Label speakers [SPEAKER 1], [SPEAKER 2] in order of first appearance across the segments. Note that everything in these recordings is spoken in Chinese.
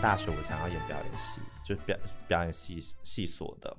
[SPEAKER 1] 大学我想要演表演系，就表表演系系所的。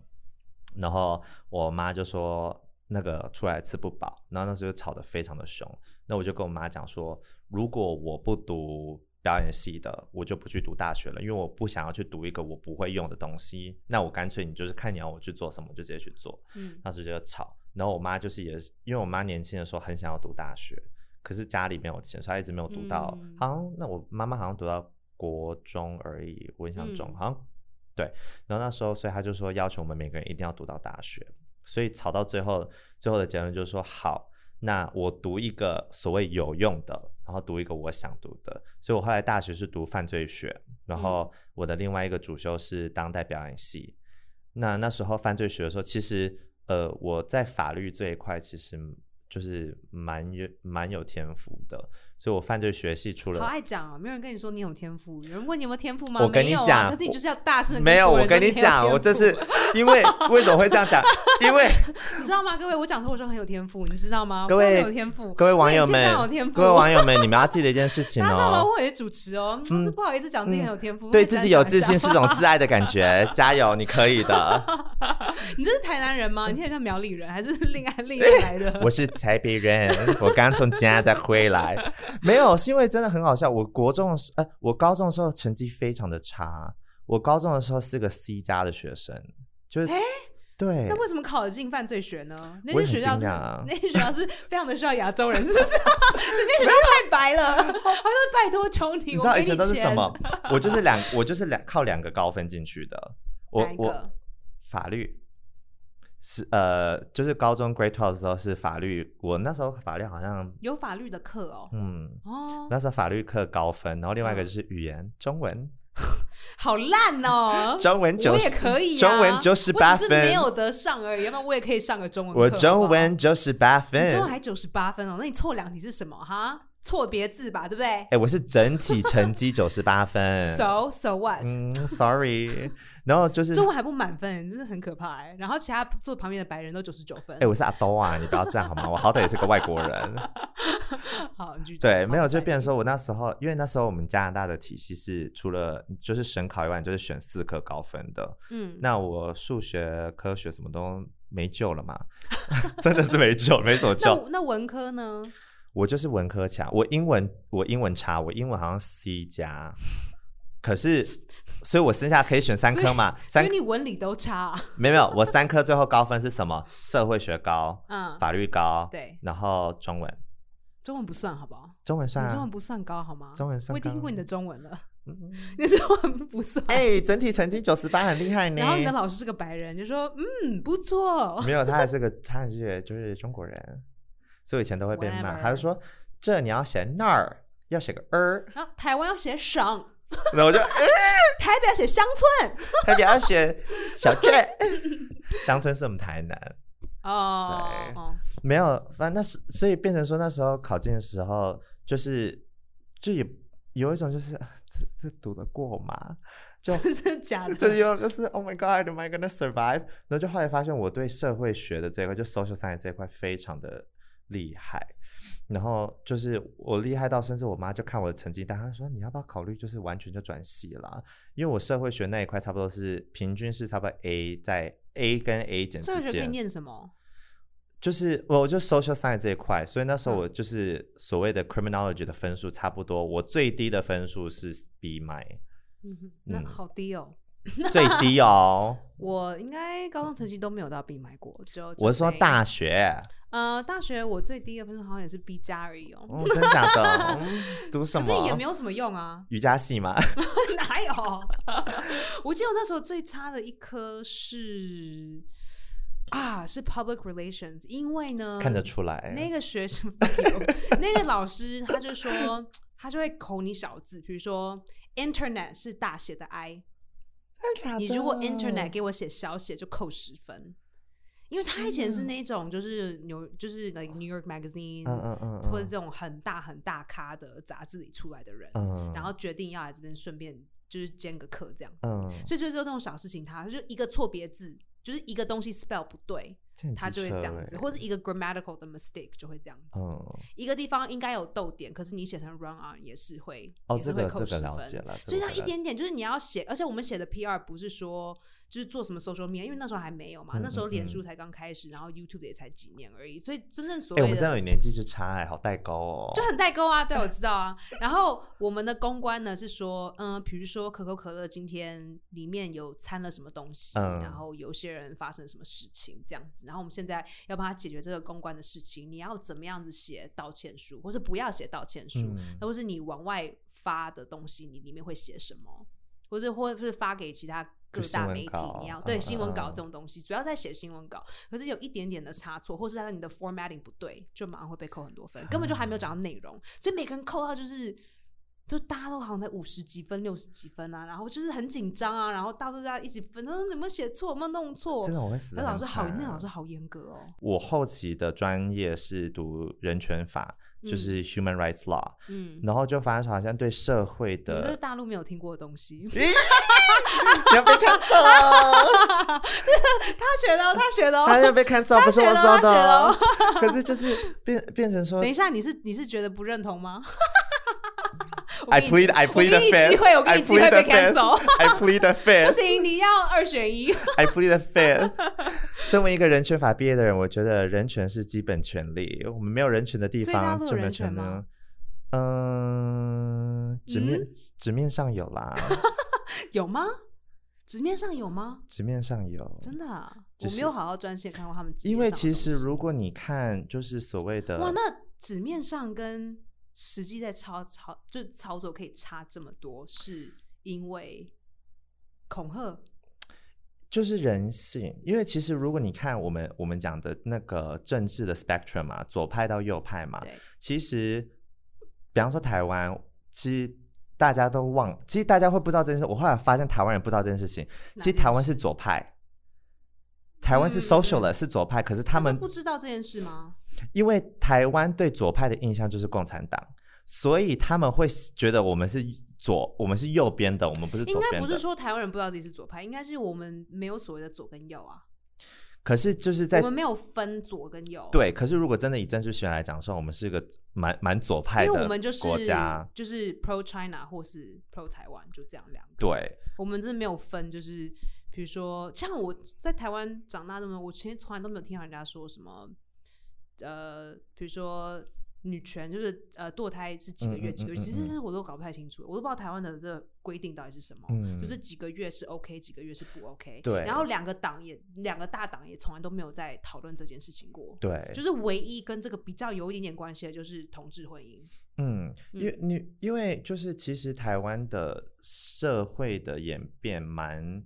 [SPEAKER 1] 然后我妈就说那个出来吃不饱，然后那时候就吵得非常的凶。那我就跟我妈讲说，如果我不读表演系的，我就不去读大学了，因为我不想要去读一个我不会用的东西。那我干脆你就是看你要我去做什么，我就直接去做。
[SPEAKER 2] 嗯，
[SPEAKER 1] 当时就吵。然后我妈就是也是，因为我妈年轻的时候很想要读大学，可是家里没有钱，所以她一直没有读到。
[SPEAKER 2] 嗯
[SPEAKER 1] 好像那我妈妈好像读到国中而已，我印象中、
[SPEAKER 2] 嗯
[SPEAKER 1] 好像对。然后那时候，所以她就说要求我们每个人一定要读到大学。所以吵到最后，最后的结论就是说，好，那我读一个所谓有用的，然后读一个我想读的。所以我后来大学是读犯罪学，
[SPEAKER 2] 嗯
[SPEAKER 1] 然后我的另外一个主修是当代表演系。那那时候犯罪学的时候，其实呃我在法律这一块其实呃就是蛮有蛮有天赋的，所以我犯罪学系除了
[SPEAKER 2] 好爱讲哦，没有人跟你说你有天赋，有人问你有没有天赋吗？
[SPEAKER 1] 我跟
[SPEAKER 2] 没
[SPEAKER 1] 你
[SPEAKER 2] 有啊
[SPEAKER 1] 讲
[SPEAKER 2] 可是你就是要大声地
[SPEAKER 1] 没有，
[SPEAKER 2] 所
[SPEAKER 1] 我
[SPEAKER 2] 人说
[SPEAKER 1] 跟
[SPEAKER 2] 你
[SPEAKER 1] 你
[SPEAKER 2] 很有
[SPEAKER 1] 讲，
[SPEAKER 2] 天
[SPEAKER 1] 我这
[SPEAKER 2] 赋
[SPEAKER 1] 是因为为什么会这样讲？因为
[SPEAKER 2] 你知道吗？各位，我讲说我说很有天赋，你知道吗？
[SPEAKER 1] 各位
[SPEAKER 2] 我非常有天赋，
[SPEAKER 1] 各位网友
[SPEAKER 2] 我 也是非
[SPEAKER 1] 们
[SPEAKER 2] 常有天，赋，
[SPEAKER 1] 各位网友们，你们要记得一件事情
[SPEAKER 2] 大家上完
[SPEAKER 1] 哦，嗯
[SPEAKER 2] 我也是主持哦，真是不好意思讲自己很有天赋，
[SPEAKER 1] 对
[SPEAKER 2] 我只
[SPEAKER 1] 自
[SPEAKER 2] 能
[SPEAKER 1] 己有
[SPEAKER 2] 讲一
[SPEAKER 1] 自
[SPEAKER 2] 下
[SPEAKER 1] 信是。种自爱的感觉，加油，你可以的。
[SPEAKER 2] 你这是台南人吗？你现在像苗栗人还是另外另外来的？
[SPEAKER 1] 哎我是台北人，我刚从加拿大回来，没有，是因为真的很好笑。我国中的时，呃，我高中的时候成绩非常的差，我高中的时候是个 C 加的学生，就是对
[SPEAKER 2] 那，为什么考得进犯罪学呢？那
[SPEAKER 1] 我
[SPEAKER 2] 些
[SPEAKER 1] 也很
[SPEAKER 2] 学校是
[SPEAKER 1] 惊讶啊
[SPEAKER 2] 那些学校是非常的需要亚洲人，是不 是？这些学校太白了，好像是拜托求你，
[SPEAKER 1] 你
[SPEAKER 2] 我
[SPEAKER 1] 知道
[SPEAKER 2] 给
[SPEAKER 1] 以前
[SPEAKER 2] 你
[SPEAKER 1] 都是什
[SPEAKER 2] 钱
[SPEAKER 1] 么？ 我就是两，我就是两靠两个高分进去的，我
[SPEAKER 2] 哪一
[SPEAKER 1] 我
[SPEAKER 2] 个？
[SPEAKER 1] 法律是呃，就是高中 Grade Twelve 的时候是法律，我那时候法律好像
[SPEAKER 2] 有法律的课哦。
[SPEAKER 1] 嗯，
[SPEAKER 2] 哦，
[SPEAKER 1] 那时候法律课高分，然后另外一个
[SPEAKER 2] 嗯
[SPEAKER 1] 就是语言中文，
[SPEAKER 2] 好烂哦！
[SPEAKER 1] 中文九
[SPEAKER 2] 我
[SPEAKER 1] 十
[SPEAKER 2] 也可以、啊，
[SPEAKER 1] 中文九十八
[SPEAKER 2] 我只是没
[SPEAKER 1] 分，
[SPEAKER 2] 有得上而已，要不然我也可以上个中文课。
[SPEAKER 1] 我
[SPEAKER 2] 好不
[SPEAKER 1] 中
[SPEAKER 2] 好
[SPEAKER 1] 文哎九十八分
[SPEAKER 2] 你，中文还九十八分哦，那你错两题是什么哈？错别字吧，对不对、
[SPEAKER 1] 哎，我是整体成绩九十八分
[SPEAKER 2] s o so what？、
[SPEAKER 1] 嗯，sorry，然后就是
[SPEAKER 2] 中文还不满分，真的很可怕哎、然后其他坐旁边的白人都九十九分。
[SPEAKER 1] 哎，我是阿兜啊，你不要这样好 吗？我好歹也是个外国人。
[SPEAKER 2] 好，你继续讲
[SPEAKER 1] 对，没有，就变成。
[SPEAKER 2] 好
[SPEAKER 1] 说我那时候，因为那时候我们加拿大的体系是除了就是省考以外，你就是选四科高分的。
[SPEAKER 2] 拜拜嗯，
[SPEAKER 1] 那我数学、科学什么都没救了嘛， 真的是没救，没什么
[SPEAKER 2] 那
[SPEAKER 1] 救。
[SPEAKER 2] 那文科呢？
[SPEAKER 1] 我就是文科强，我英文我英文差，我英文好像 C 加，可是所以我剩下可以选三科嘛，
[SPEAKER 2] 所
[SPEAKER 1] 三
[SPEAKER 2] 以你文理都差、 啊。
[SPEAKER 1] 没有没有，我三科最后高分是什么？社会学高，
[SPEAKER 2] 嗯，
[SPEAKER 1] 法律高，
[SPEAKER 2] 对，
[SPEAKER 1] 然后中文，
[SPEAKER 2] 中文不算，好不好？
[SPEAKER 1] 中文算
[SPEAKER 2] 你中
[SPEAKER 1] 啊
[SPEAKER 2] 文，不算高好吗？
[SPEAKER 1] 中文算
[SPEAKER 2] 我已经
[SPEAKER 1] 高
[SPEAKER 2] 听过你的中文了，
[SPEAKER 1] 嗯
[SPEAKER 2] 你的中文不算。
[SPEAKER 1] 哎、整体成绩九十八，很厉害呢。
[SPEAKER 2] 然后你的老师是个白人，就说嗯不错，
[SPEAKER 1] 没有，他还是个，他还是就是中国人，所以以前都会被骂。
[SPEAKER 2] Whatever，
[SPEAKER 1] 他就说这你要写那儿，要写个儿
[SPEAKER 2] 然后台湾要写省，
[SPEAKER 1] 然后我就哎，
[SPEAKER 2] 台北要写乡村
[SPEAKER 1] 他比较写小 镇。乡村是我们台南，
[SPEAKER 2] 哦
[SPEAKER 1] 对
[SPEAKER 2] 哦，
[SPEAKER 1] 没有，反正那是所以变成说那时候考进的时候，就是就也有一种就是 啊这这读得过吗？ 就
[SPEAKER 2] 真是假的？
[SPEAKER 1] 这又就是 Oh my God, am I gonna survive？然后就后来发现我对社会学的这一块，就 social science 这一块非常的厉害。然后就是我厉害到，甚至我妈就看我的成绩单，她说你要不要考虑就是完全就转系啦？因为我社会学那一块差不多是平均是差不多 A 在 A 跟 A 减之
[SPEAKER 2] 这个学可以
[SPEAKER 1] 间，
[SPEAKER 2] 念什么？
[SPEAKER 1] 就是我就 social science 这一块，所以那时候
[SPEAKER 2] 嗯
[SPEAKER 1] 我就是所谓的 criminology 的分数差不多，我最低的分数是 B my
[SPEAKER 2] 嗯哼，那
[SPEAKER 1] 嗯
[SPEAKER 2] 好低哦。
[SPEAKER 1] 最低 哦，
[SPEAKER 2] 我应该高中成绩都没有到 B 买过，就
[SPEAKER 1] 我是说
[SPEAKER 2] just saying
[SPEAKER 1] 大学。
[SPEAKER 2] 呃大学我最低的分数好像也是 B 加而已哦，
[SPEAKER 1] 哦，真的假的？嗯读什
[SPEAKER 2] 可
[SPEAKER 1] 么？
[SPEAKER 2] 是也没有什么用啊，
[SPEAKER 1] 瑜伽系吗？
[SPEAKER 2] 哪有？我记得我那时候最差的一科是啊是 Public Relations，因为呢
[SPEAKER 1] 看得出来。
[SPEAKER 2] 嗯那个学生， 那个老师他就说，他就会口你小字，比如说 internet 是大写的 i，
[SPEAKER 1] 真的假的？
[SPEAKER 2] 你如果 internet 给我写小写就扣十分，因为他以前是那种就是纽就是那 New York Magazine，、
[SPEAKER 1] 嗯嗯嗯，嗯
[SPEAKER 2] 或者这种很大很大咖的杂志里出来的人，
[SPEAKER 1] 嗯，
[SPEAKER 2] 然后决定要来这边顺便就是兼个课这样子，
[SPEAKER 1] 嗯
[SPEAKER 2] 所以就是这种小事情他，就就一个错别字，就是一个东西 spell 不对，
[SPEAKER 1] 这很
[SPEAKER 2] 它
[SPEAKER 1] 机
[SPEAKER 2] 就会
[SPEAKER 1] 车
[SPEAKER 2] 这样子，
[SPEAKER 1] 欸
[SPEAKER 2] 或是一个 grammatical 的 mistake 就会这样子。
[SPEAKER 1] 嗯，
[SPEAKER 2] 一个地方应该有逗点，可是你写成 run on 也是会，
[SPEAKER 1] 哦，
[SPEAKER 2] 也是
[SPEAKER 1] 这
[SPEAKER 2] 会
[SPEAKER 1] 个
[SPEAKER 2] 扣
[SPEAKER 1] 这
[SPEAKER 2] 十
[SPEAKER 1] 个了
[SPEAKER 2] 分
[SPEAKER 1] 解了，这
[SPEAKER 2] 所以
[SPEAKER 1] 个
[SPEAKER 2] 它
[SPEAKER 1] 我
[SPEAKER 2] 一
[SPEAKER 1] 了
[SPEAKER 2] 点点就是你要写，而且我们写的 PR 不是说就是做什么 social media，因为那时候还没有嘛，
[SPEAKER 1] 嗯
[SPEAKER 2] 那时候脸书
[SPEAKER 1] 嗯
[SPEAKER 2] 才刚开始，然后 YouTube 也才几年而已，所以真正所
[SPEAKER 1] 哎、我
[SPEAKER 2] 谓
[SPEAKER 1] 们这
[SPEAKER 2] 的。
[SPEAKER 1] 样有年纪之差哎、好代沟哦。
[SPEAKER 2] 就很代沟啊，对，我知道啊。然后我们的公关呢是说，嗯，比如说可口可乐今天里面有掺了什么东西，
[SPEAKER 1] 嗯
[SPEAKER 2] 然后有些人发生什么事情这样子，然后我们现在要帮他解决这个公关的事情，你要怎么样子写道歉书，或是不要写道歉书，
[SPEAKER 1] 嗯
[SPEAKER 2] 那或是你往外发的东西，你里面会写什么，或者或者是发给其他各
[SPEAKER 1] 就新
[SPEAKER 2] 大
[SPEAKER 1] 闻
[SPEAKER 2] 媒体
[SPEAKER 1] 稿，
[SPEAKER 2] 你要
[SPEAKER 1] 嗯
[SPEAKER 2] 对
[SPEAKER 1] 嗯
[SPEAKER 2] 新闻稿
[SPEAKER 1] 嗯
[SPEAKER 2] 这种东西，主要在写新闻稿，可是有一点点的差错，或是它你的 formatting 不对，就马上会被扣很多分，根本就还没有讲到内容，所以每个人扣到就是。就大家都好像在五十几分、六十几分啊，然后就是很紧张啊，然后到处大家一起分，嗯，有没有写错，有没有弄错
[SPEAKER 1] 真？的我会死的。
[SPEAKER 2] 那老师好，那老师，
[SPEAKER 1] 啊
[SPEAKER 2] 好严格哦。
[SPEAKER 1] 我后期的专业是读人权法，就
[SPEAKER 2] 嗯
[SPEAKER 1] 是 human rights law，、
[SPEAKER 2] 嗯，
[SPEAKER 1] 然后就发现好像对社会
[SPEAKER 2] 你们这是
[SPEAKER 1] 的
[SPEAKER 2] 大陆没有听过的东西。
[SPEAKER 1] 你要被 cancel，了
[SPEAKER 2] 他学的哦，他学的哦。
[SPEAKER 1] 他要被 cancel，不是我
[SPEAKER 2] 学了
[SPEAKER 1] 说的
[SPEAKER 2] 他
[SPEAKER 1] 哦。可是就是变变成说
[SPEAKER 2] 等一下，你是你是觉得不认同吗
[SPEAKER 1] ，I plead I
[SPEAKER 2] 我给
[SPEAKER 1] plead
[SPEAKER 2] 你
[SPEAKER 1] the
[SPEAKER 2] 机
[SPEAKER 1] fifth，
[SPEAKER 2] 会，我给
[SPEAKER 1] I
[SPEAKER 2] 你机会
[SPEAKER 1] plead
[SPEAKER 2] 被
[SPEAKER 1] the fifth，
[SPEAKER 2] cancel。
[SPEAKER 1] I plead the
[SPEAKER 2] 不
[SPEAKER 1] fifth，
[SPEAKER 2] 行，你要二选一。
[SPEAKER 1] I plead the fifth。身 为一个人权法毕业的人，我觉得人权是基本权利。我们没有人权的地
[SPEAKER 2] 所以大
[SPEAKER 1] 方
[SPEAKER 2] 陆有
[SPEAKER 1] 就没有
[SPEAKER 2] 人权
[SPEAKER 1] 权利
[SPEAKER 2] 吗
[SPEAKER 1] 啊。嗯，纸面、纸面上有啦，
[SPEAKER 2] 有吗？纸面上有吗？
[SPEAKER 1] 纸面上有。
[SPEAKER 2] 真的、啊，
[SPEAKER 1] 就
[SPEAKER 2] 我
[SPEAKER 1] 是
[SPEAKER 2] 没有好好专线看过他们纸
[SPEAKER 1] 因
[SPEAKER 2] 面
[SPEAKER 1] 为
[SPEAKER 2] 上的东
[SPEAKER 1] 其
[SPEAKER 2] 西。
[SPEAKER 1] 实如呃果你看，就是所谓的
[SPEAKER 2] 哇，那纸面上跟实际在操操就操作可以差这么多，是因为恐吓？
[SPEAKER 1] 就是人性，因为其实如果你看我们我们讲的那个政治的 spectrum 嘛，左派到右派嘛，
[SPEAKER 2] 对，
[SPEAKER 1] 其实，比方说台湾，其实大家都忘，其实大家会不知道这件事。我后来发现台湾人不知道这件事情，
[SPEAKER 2] 哪
[SPEAKER 1] 其实
[SPEAKER 2] 件
[SPEAKER 1] 台湾是左派，台湾是
[SPEAKER 2] 嗯
[SPEAKER 1] social 的，是左派。可是他们
[SPEAKER 2] 不知道这件事吗？
[SPEAKER 1] 因为台湾对左派的印象就是共产党，所以他们会觉得我们是左，我们是右边的，我们不是
[SPEAKER 2] 应
[SPEAKER 1] 左
[SPEAKER 2] 该
[SPEAKER 1] 边
[SPEAKER 2] 不是
[SPEAKER 1] 的。
[SPEAKER 2] 说台湾人不知道自己是左派，应该是我们没有所谓的左跟右啊，
[SPEAKER 1] 可是就是
[SPEAKER 2] 我
[SPEAKER 1] 在
[SPEAKER 2] 们没有分左跟右。。
[SPEAKER 1] 对，可是如果真的以政治学来讲说，我们是个蛮蛮左派
[SPEAKER 2] 因为我
[SPEAKER 1] 的
[SPEAKER 2] 们就是
[SPEAKER 1] 国家。
[SPEAKER 2] 就是 pro China 或是 pro 台湾，就这样两个。
[SPEAKER 1] 对，
[SPEAKER 2] 我们真的没有分，就是比如说，像我在台湾长大这么多，我其实从来都没有听到人家说什么，呃，比如说女权，就是呃堕胎是几个月
[SPEAKER 1] 嗯嗯
[SPEAKER 2] 几个
[SPEAKER 1] 嗯
[SPEAKER 2] 月，
[SPEAKER 1] 嗯
[SPEAKER 2] 其实我都搞不太清楚，我都不知道台湾的这个规定到底是什么，
[SPEAKER 1] 嗯
[SPEAKER 2] 就是几个月是 OK，几个月是不 OK。
[SPEAKER 1] 对
[SPEAKER 2] 然后两个党也两个大党也从来都没有在讨论这件事情过。
[SPEAKER 1] 对，
[SPEAKER 2] 就是唯一跟这个比较有一点点关系的，就是同志婚姻。
[SPEAKER 1] 嗯，因为你因为就是其实台湾的社会的演变蛮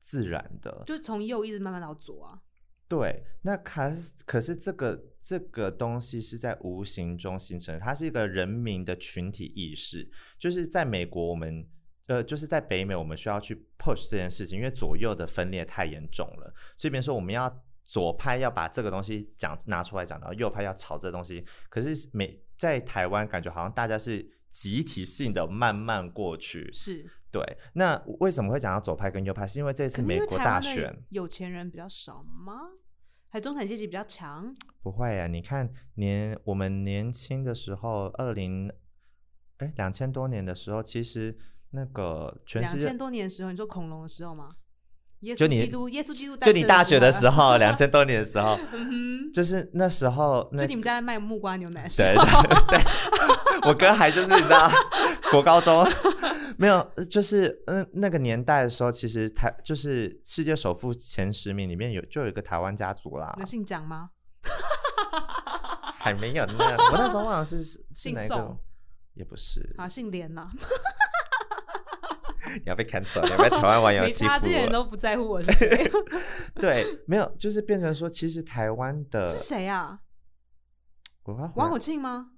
[SPEAKER 1] 自然的，
[SPEAKER 2] 就是从右一直慢慢到左啊。
[SPEAKER 1] 对。那可是可是这个这个东西是在无形中形成的，它是一个人民的群体意识，就是在美国我们。呃，就是在北美，我们需要去 push 这件事情，因为左右的分裂太严重了。所以，比如说我们要左派要把这个东西讲拿出来讲，然后右派要炒这个东西。可是美在台湾感觉好像大家是集体性的慢慢过去。
[SPEAKER 2] 是，
[SPEAKER 1] 对，那为什么会讲到左派跟右派？是因为这次
[SPEAKER 2] 可是因
[SPEAKER 1] 美
[SPEAKER 2] 为
[SPEAKER 1] 国
[SPEAKER 2] 台
[SPEAKER 1] 大
[SPEAKER 2] 湾的
[SPEAKER 1] 选
[SPEAKER 2] 有钱人比较少吗？还中产阶级比较强？
[SPEAKER 1] 不会啊？你看年我们年轻的时候，二零哎两千多年的时候，其实那个全
[SPEAKER 2] 两
[SPEAKER 1] 世界
[SPEAKER 2] 千多年的时候，你说恐龙的时候吗？耶
[SPEAKER 1] 就
[SPEAKER 2] 稣
[SPEAKER 1] 你
[SPEAKER 2] 基督，耶稣基督诞
[SPEAKER 1] 就
[SPEAKER 2] 生
[SPEAKER 1] 你大学的时
[SPEAKER 2] 候
[SPEAKER 1] 候， 两千多年的时候，
[SPEAKER 2] 啊，嗯
[SPEAKER 1] 就是那时候
[SPEAKER 2] 哼，
[SPEAKER 1] 那
[SPEAKER 2] 就你们家在卖木瓜牛奶的时
[SPEAKER 1] 对
[SPEAKER 2] 候，
[SPEAKER 1] 对对，我哥还就是你知道，国高中 没有，就是嗯那个年代的时候，其实台就是世界首富前十名里面有就有一个台湾家族啦
[SPEAKER 2] 那，姓蒋吗？
[SPEAKER 1] 还没有那我那时候忘了是是是
[SPEAKER 2] 姓
[SPEAKER 1] 哪一个
[SPEAKER 2] 宋，
[SPEAKER 1] 也不是，
[SPEAKER 2] 啊，姓连呐，
[SPEAKER 1] 你要被 cancel，你要被台湾网友
[SPEAKER 2] 没
[SPEAKER 1] 欺
[SPEAKER 2] 差，这些
[SPEAKER 1] 负
[SPEAKER 2] 人
[SPEAKER 1] 我。
[SPEAKER 2] 都不在乎我是 谁，
[SPEAKER 1] 对，没有，就是变成说，其实台湾的
[SPEAKER 2] 是谁啊？
[SPEAKER 1] 我要回
[SPEAKER 2] 王
[SPEAKER 1] 来
[SPEAKER 2] 永庆吗？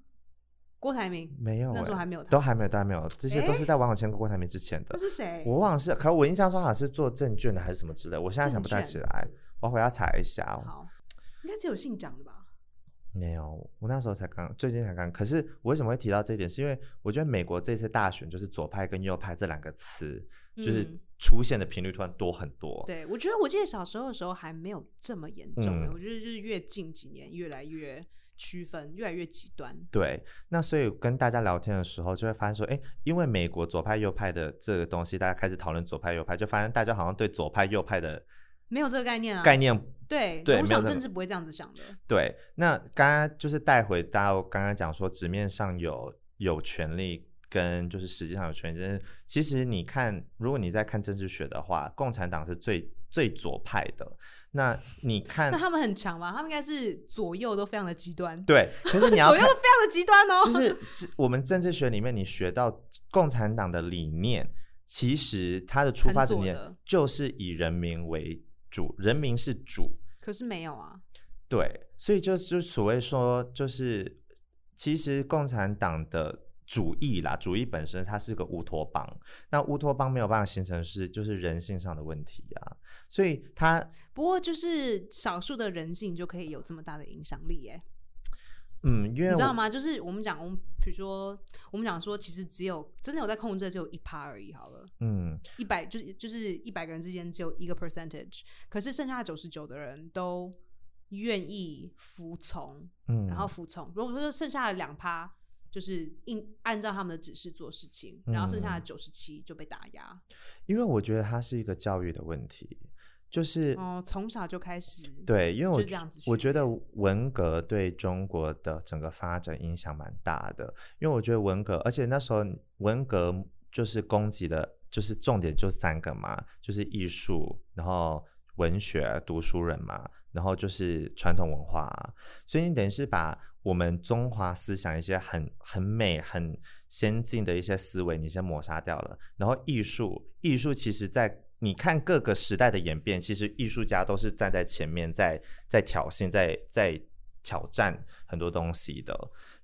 [SPEAKER 2] 郭台铭？
[SPEAKER 1] 没有、欸，
[SPEAKER 2] 那时候还没有他
[SPEAKER 1] 都还没有，都还没有，这些都是
[SPEAKER 2] 诶
[SPEAKER 1] 在王永庆、郭台铭之前的
[SPEAKER 2] 那。是谁？
[SPEAKER 1] 我忘了是，可我印象中好像是做证券的还是什么之类，我现在想不太
[SPEAKER 2] 证
[SPEAKER 1] 起
[SPEAKER 2] 券
[SPEAKER 1] 来，我回家查一下哦。
[SPEAKER 2] 好，应该只有姓蒋的吧？
[SPEAKER 1] 没有，我那时候才刚，最近才刚。可是我为什么会提到这一点？是因为我觉得美国这次大选，就是左派跟右派这两个词，就是
[SPEAKER 2] 嗯
[SPEAKER 1] 出现的频率突然多很多。
[SPEAKER 2] 对，我觉得我记得小时候的时候还没有这么严重、欸，
[SPEAKER 1] 嗯
[SPEAKER 2] 我觉得就是越近几年越来越区分，越来越极端。
[SPEAKER 1] 对，那所以跟大家聊天的时候，就会发现说，哎，因为美国左派右派的这个东西，大家开始讨论左派右派，就发现大家好像对左派右派的
[SPEAKER 2] 没有这个概念啊，
[SPEAKER 1] 概念，
[SPEAKER 2] 对，
[SPEAKER 1] 对
[SPEAKER 2] 我
[SPEAKER 1] 没有
[SPEAKER 2] 想
[SPEAKER 1] 这
[SPEAKER 2] 政
[SPEAKER 1] 个
[SPEAKER 2] 治不会这样子想的，
[SPEAKER 1] 对。那刚刚就是带回到刚刚讲说，纸面上有有权利跟就是实际上有权利，就是其实你看，如果你在看政治学的话，共产党是最最左派的。那你 看
[SPEAKER 2] 那，他们很强吗？他们应该是左右都非常的极端，
[SPEAKER 1] 对，可是你要
[SPEAKER 2] 左右
[SPEAKER 1] 看
[SPEAKER 2] 都非常的极端哦。
[SPEAKER 1] 就是这我们政治学里面，你学到共产党的理念，其实它的出发
[SPEAKER 2] 很左
[SPEAKER 1] 点
[SPEAKER 2] 的
[SPEAKER 1] 就是以人民为主，人民是主，
[SPEAKER 2] 可是没有啊，
[SPEAKER 1] 对，所以就就所谓说，就是其实共产党的主义啦，主义本身它是个乌托邦，那乌托邦没有办法形成是就是人性上的问题啊，所以它
[SPEAKER 2] 不过就是少数的人性就可以有这么大的影响力耶、
[SPEAKER 1] 嗯，因为
[SPEAKER 2] 你知道
[SPEAKER 1] 我
[SPEAKER 2] 吗？就是我们讲，我们比如说，我们讲说，其实只有真的有在控制，的只有一趴而已，好了。
[SPEAKER 1] 嗯
[SPEAKER 2] 一百就是就是一百个人之间只有一个 percentage，可是剩下九十九的人都愿意服从，
[SPEAKER 1] 嗯，
[SPEAKER 2] 然后服从。如果说剩下的两趴就是应按照他们的指示做事情，然后剩
[SPEAKER 1] 嗯
[SPEAKER 2] 下的九十七就被打压。
[SPEAKER 1] 因为我觉得它是一个教育的问题，就是
[SPEAKER 2] 哦，从小就开始，
[SPEAKER 1] 对，因为
[SPEAKER 2] 就
[SPEAKER 1] 我
[SPEAKER 2] 是这
[SPEAKER 1] 觉
[SPEAKER 2] 样子
[SPEAKER 1] 我
[SPEAKER 2] 训
[SPEAKER 1] 觉得文革对中国的整个发展影响蛮大的，因为我觉得文革，而且那时候文革就是攻击的，就是重点就三个嘛，就是艺术，然后文学、读书人嘛，然后就是传统文化啊、所以你等于是把我们中华思想一些很很美、很先进的一些思维，你先抹杀掉了。然后艺术，艺术其实在你看各个时代的演变，其实艺术家都是站在前面，在在挑衅，在在挑战很多东西的。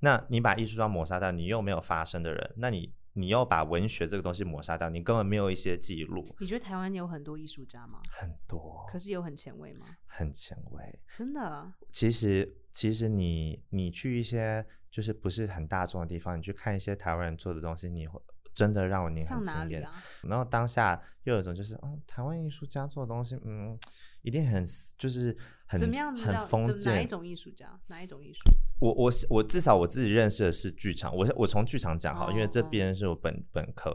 [SPEAKER 1] 那你把艺术家抹杀掉，你又没有发声的人，那你你又把文学这个东西抹杀掉，你根本没有一些记录，
[SPEAKER 2] 你觉得台湾有很多艺术家吗？
[SPEAKER 1] 很多
[SPEAKER 2] 可是有很前卫吗？
[SPEAKER 1] 很前卫。
[SPEAKER 2] 真的，
[SPEAKER 1] 其实其实你你去一些就是不是很大众的地方，你去看一些台湾人做的东西，你会真的让我你很
[SPEAKER 2] 上哪
[SPEAKER 1] 惊
[SPEAKER 2] 里
[SPEAKER 1] 艳。
[SPEAKER 2] 啊？
[SPEAKER 1] 然后当下又有一种就是，嗯，台湾艺术家做的东西，嗯，一定很就是很
[SPEAKER 2] 怎么样子
[SPEAKER 1] 很
[SPEAKER 2] 叫
[SPEAKER 1] 封
[SPEAKER 2] 怎哪一
[SPEAKER 1] 建。
[SPEAKER 2] 种艺术家？哪一种艺术？
[SPEAKER 1] 我我是我至少我自己认识的是剧场，我我从剧场讲好，因为这
[SPEAKER 2] 哦
[SPEAKER 1] 边是我本本科。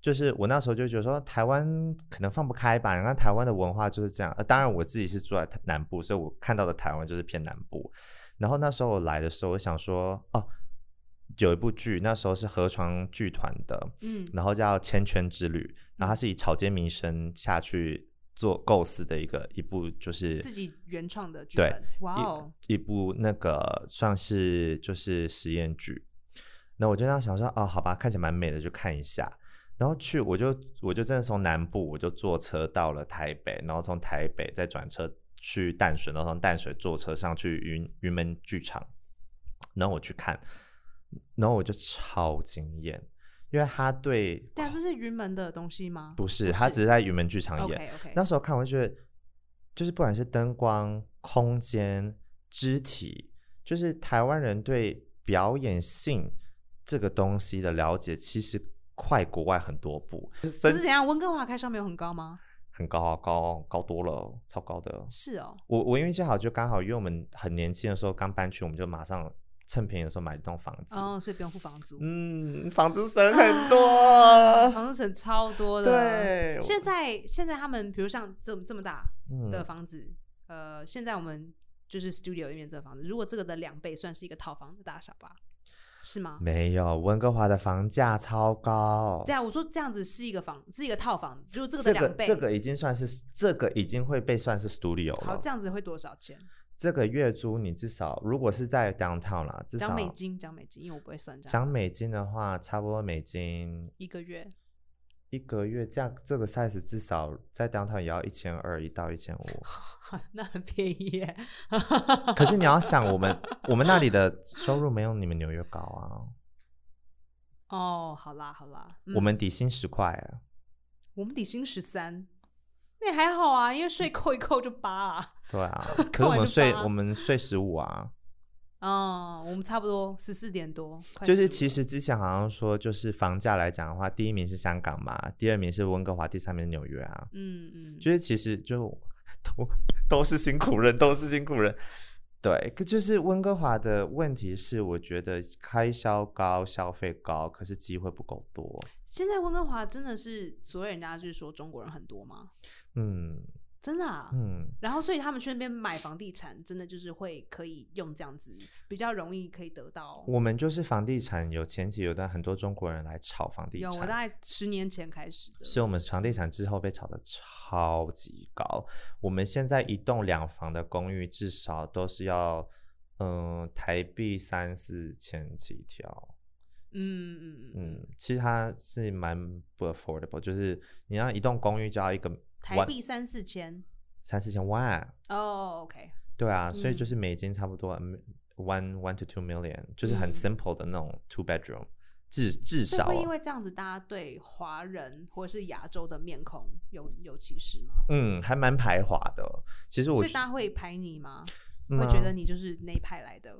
[SPEAKER 1] 就是我那时候就觉得说，台湾可能放不开吧，然后台湾的文化就是这样。呃，当然我自己是住在南部，所以我看到的台湾就是偏南部。然后那时候我来的时候，我想说，哦，有一部剧，那时候是河床剧团的，
[SPEAKER 2] 嗯，
[SPEAKER 1] 然后叫《千圈之旅》，然后它是以草间弥生下去做构思的一个一部，就是
[SPEAKER 2] 自己原创的剧
[SPEAKER 1] 对
[SPEAKER 2] 本。哇哦，
[SPEAKER 1] 一一部那个算是就是实验剧。那我就那样想说，哦，好吧，看起来蛮美的，就看一下。然后去，我就我就真的从南部，我就坐车到了台北，然后从台北再转车去淡水，然后从淡水坐车上去云云门剧场，然后我去看，然后我就超惊艳，因为他对
[SPEAKER 2] 但啊这是云门的东西吗？
[SPEAKER 1] 不是，
[SPEAKER 2] 不
[SPEAKER 1] 他
[SPEAKER 2] 是
[SPEAKER 1] 只是在云门剧场演。
[SPEAKER 2] OK OK，
[SPEAKER 1] 那时候看，我就觉得，就是不管是灯光、空间、肢体，就是台湾人对表演性这个东西的了解，其实快国外很多步，
[SPEAKER 2] 可是怎样？温哥华开销没有很高吗？
[SPEAKER 1] 很高啊，高高多了哦，超高的哦。
[SPEAKER 2] 是哦，
[SPEAKER 1] 我我运气好，就刚好因为我们很年轻的时候刚搬去，我们就马上趁便宜的时候买一栋房子。
[SPEAKER 2] 哦，所以不用付房租，
[SPEAKER 1] 嗯，房租省很多
[SPEAKER 2] 啊
[SPEAKER 1] 啊。
[SPEAKER 2] 房租省超多的。，
[SPEAKER 1] 对，
[SPEAKER 2] 现在现在他们比如像这这么大
[SPEAKER 1] 嗯
[SPEAKER 2] 的房子，呃，现在我们就是 studio 里面这个房子，如果这个的两倍，算是一个套房的大小吧？是吗？
[SPEAKER 1] 没有，温哥华的房价超高
[SPEAKER 2] 对。啊，我说这样子是一个房，是一个套房，就是这个
[SPEAKER 1] 这
[SPEAKER 2] 的两
[SPEAKER 1] 个
[SPEAKER 2] 倍。
[SPEAKER 1] 这个已经算是这个已经会被算是 studio
[SPEAKER 2] 好，
[SPEAKER 1] 了。
[SPEAKER 2] 这样子会多少钱？
[SPEAKER 1] 这个月租你至少如果是在 downtown 啦，至少
[SPEAKER 2] 讲美金，啊讲美金，因为我不会算这样。
[SPEAKER 1] 讲美金的话，差不多美金
[SPEAKER 2] 一个月，
[SPEAKER 1] 一个月这样这个 size 至少在 downtown 也要一千二一到一千 五。
[SPEAKER 2] 那很便宜耶。
[SPEAKER 1] 可是你要想，我们我们那里的收入没有你们纽约高啊，
[SPEAKER 2] 哦，好啦好啦，嗯
[SPEAKER 1] 我们底薪十块啊。
[SPEAKER 2] 我们底薪十三，那也还好啊，因为税扣一扣就八啦。，
[SPEAKER 1] 对啊 可是我
[SPEAKER 2] 扣完就
[SPEAKER 1] 们税
[SPEAKER 2] 八
[SPEAKER 1] 我们税十五啊，
[SPEAKER 2] 哦，我们差不多十四点多，快
[SPEAKER 1] 就是
[SPEAKER 2] 15
[SPEAKER 1] 其实之前好像说，就是房价来讲的话，第一名是香港嘛，第二名是温哥华，第三名是纽约啊。
[SPEAKER 2] 嗯嗯，
[SPEAKER 1] 就是其实就都都是辛苦人，都是辛苦人。对，可就是温哥华的问题是，我觉得开销高，消费高，可是机会不够多。
[SPEAKER 2] 现在温哥华真的是所有人家就是说中国人很多吗？
[SPEAKER 1] 嗯
[SPEAKER 2] 真的啊。
[SPEAKER 1] 嗯，
[SPEAKER 2] 然后，所以他们去那边买房地产，真的就是会可以用这样子，比较容易可以得到。
[SPEAKER 1] 我们就是房地产有前期有段很多中国人来炒房地
[SPEAKER 2] 有，我
[SPEAKER 1] 产。
[SPEAKER 2] 大概十年前开始的。
[SPEAKER 1] 所以，我们房地产之后被炒得超级高。我们现在一栋两房的公寓，至少都是要，嗯、台币三四千起跳。
[SPEAKER 2] 嗯嗯嗯嗯，
[SPEAKER 1] 嗯，其实它是蛮不 affordable，就是你要一栋公寓就要一个
[SPEAKER 2] 台
[SPEAKER 1] 万
[SPEAKER 2] 币三四千。
[SPEAKER 1] 三四千万，
[SPEAKER 2] 哦，OK，
[SPEAKER 1] 对啊，所以
[SPEAKER 2] 嗯
[SPEAKER 1] 就是美金差不多 m- one one to two million，就是很
[SPEAKER 2] 嗯
[SPEAKER 1] simple 的那种 two bedroom，至至
[SPEAKER 2] 是
[SPEAKER 1] 少
[SPEAKER 2] 会因为这样子，大家对华人或者是亚洲的面孔有有歧视吗？
[SPEAKER 1] 嗯还蛮排华的。其实我
[SPEAKER 2] 所以
[SPEAKER 1] 觉
[SPEAKER 2] 大家会排你吗？
[SPEAKER 1] 嗯
[SPEAKER 2] 会
[SPEAKER 1] 啊
[SPEAKER 2] 觉得你嗯就是那一派来的？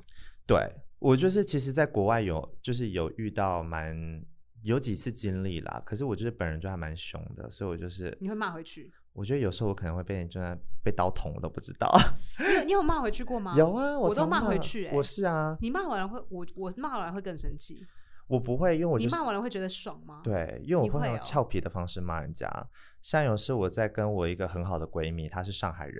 [SPEAKER 1] 对我就是其实在国外有就是有遇到蛮有几次经历啦，可是我就是本人就还蛮凶的，所以我就是
[SPEAKER 2] 你会骂回去？
[SPEAKER 1] 我觉得有时候我可能会被人就算被刀捅我都不知道。
[SPEAKER 2] 你有你有骂回去过吗？
[SPEAKER 1] 有啊，
[SPEAKER 2] 我都
[SPEAKER 1] 常
[SPEAKER 2] 骂回去欸
[SPEAKER 1] 我是啊，
[SPEAKER 2] 你骂完了会，我我骂完了会更生气。
[SPEAKER 1] 我不会，因为我
[SPEAKER 2] 你
[SPEAKER 1] 就是
[SPEAKER 2] 骂完了会觉得爽吗？，
[SPEAKER 1] 对，因为我
[SPEAKER 2] 你
[SPEAKER 1] 会
[SPEAKER 2] 会
[SPEAKER 1] 用
[SPEAKER 2] 哦
[SPEAKER 1] 俏皮的方式骂人家。像有时我在跟我一个很好的闺蜜，她是上海人，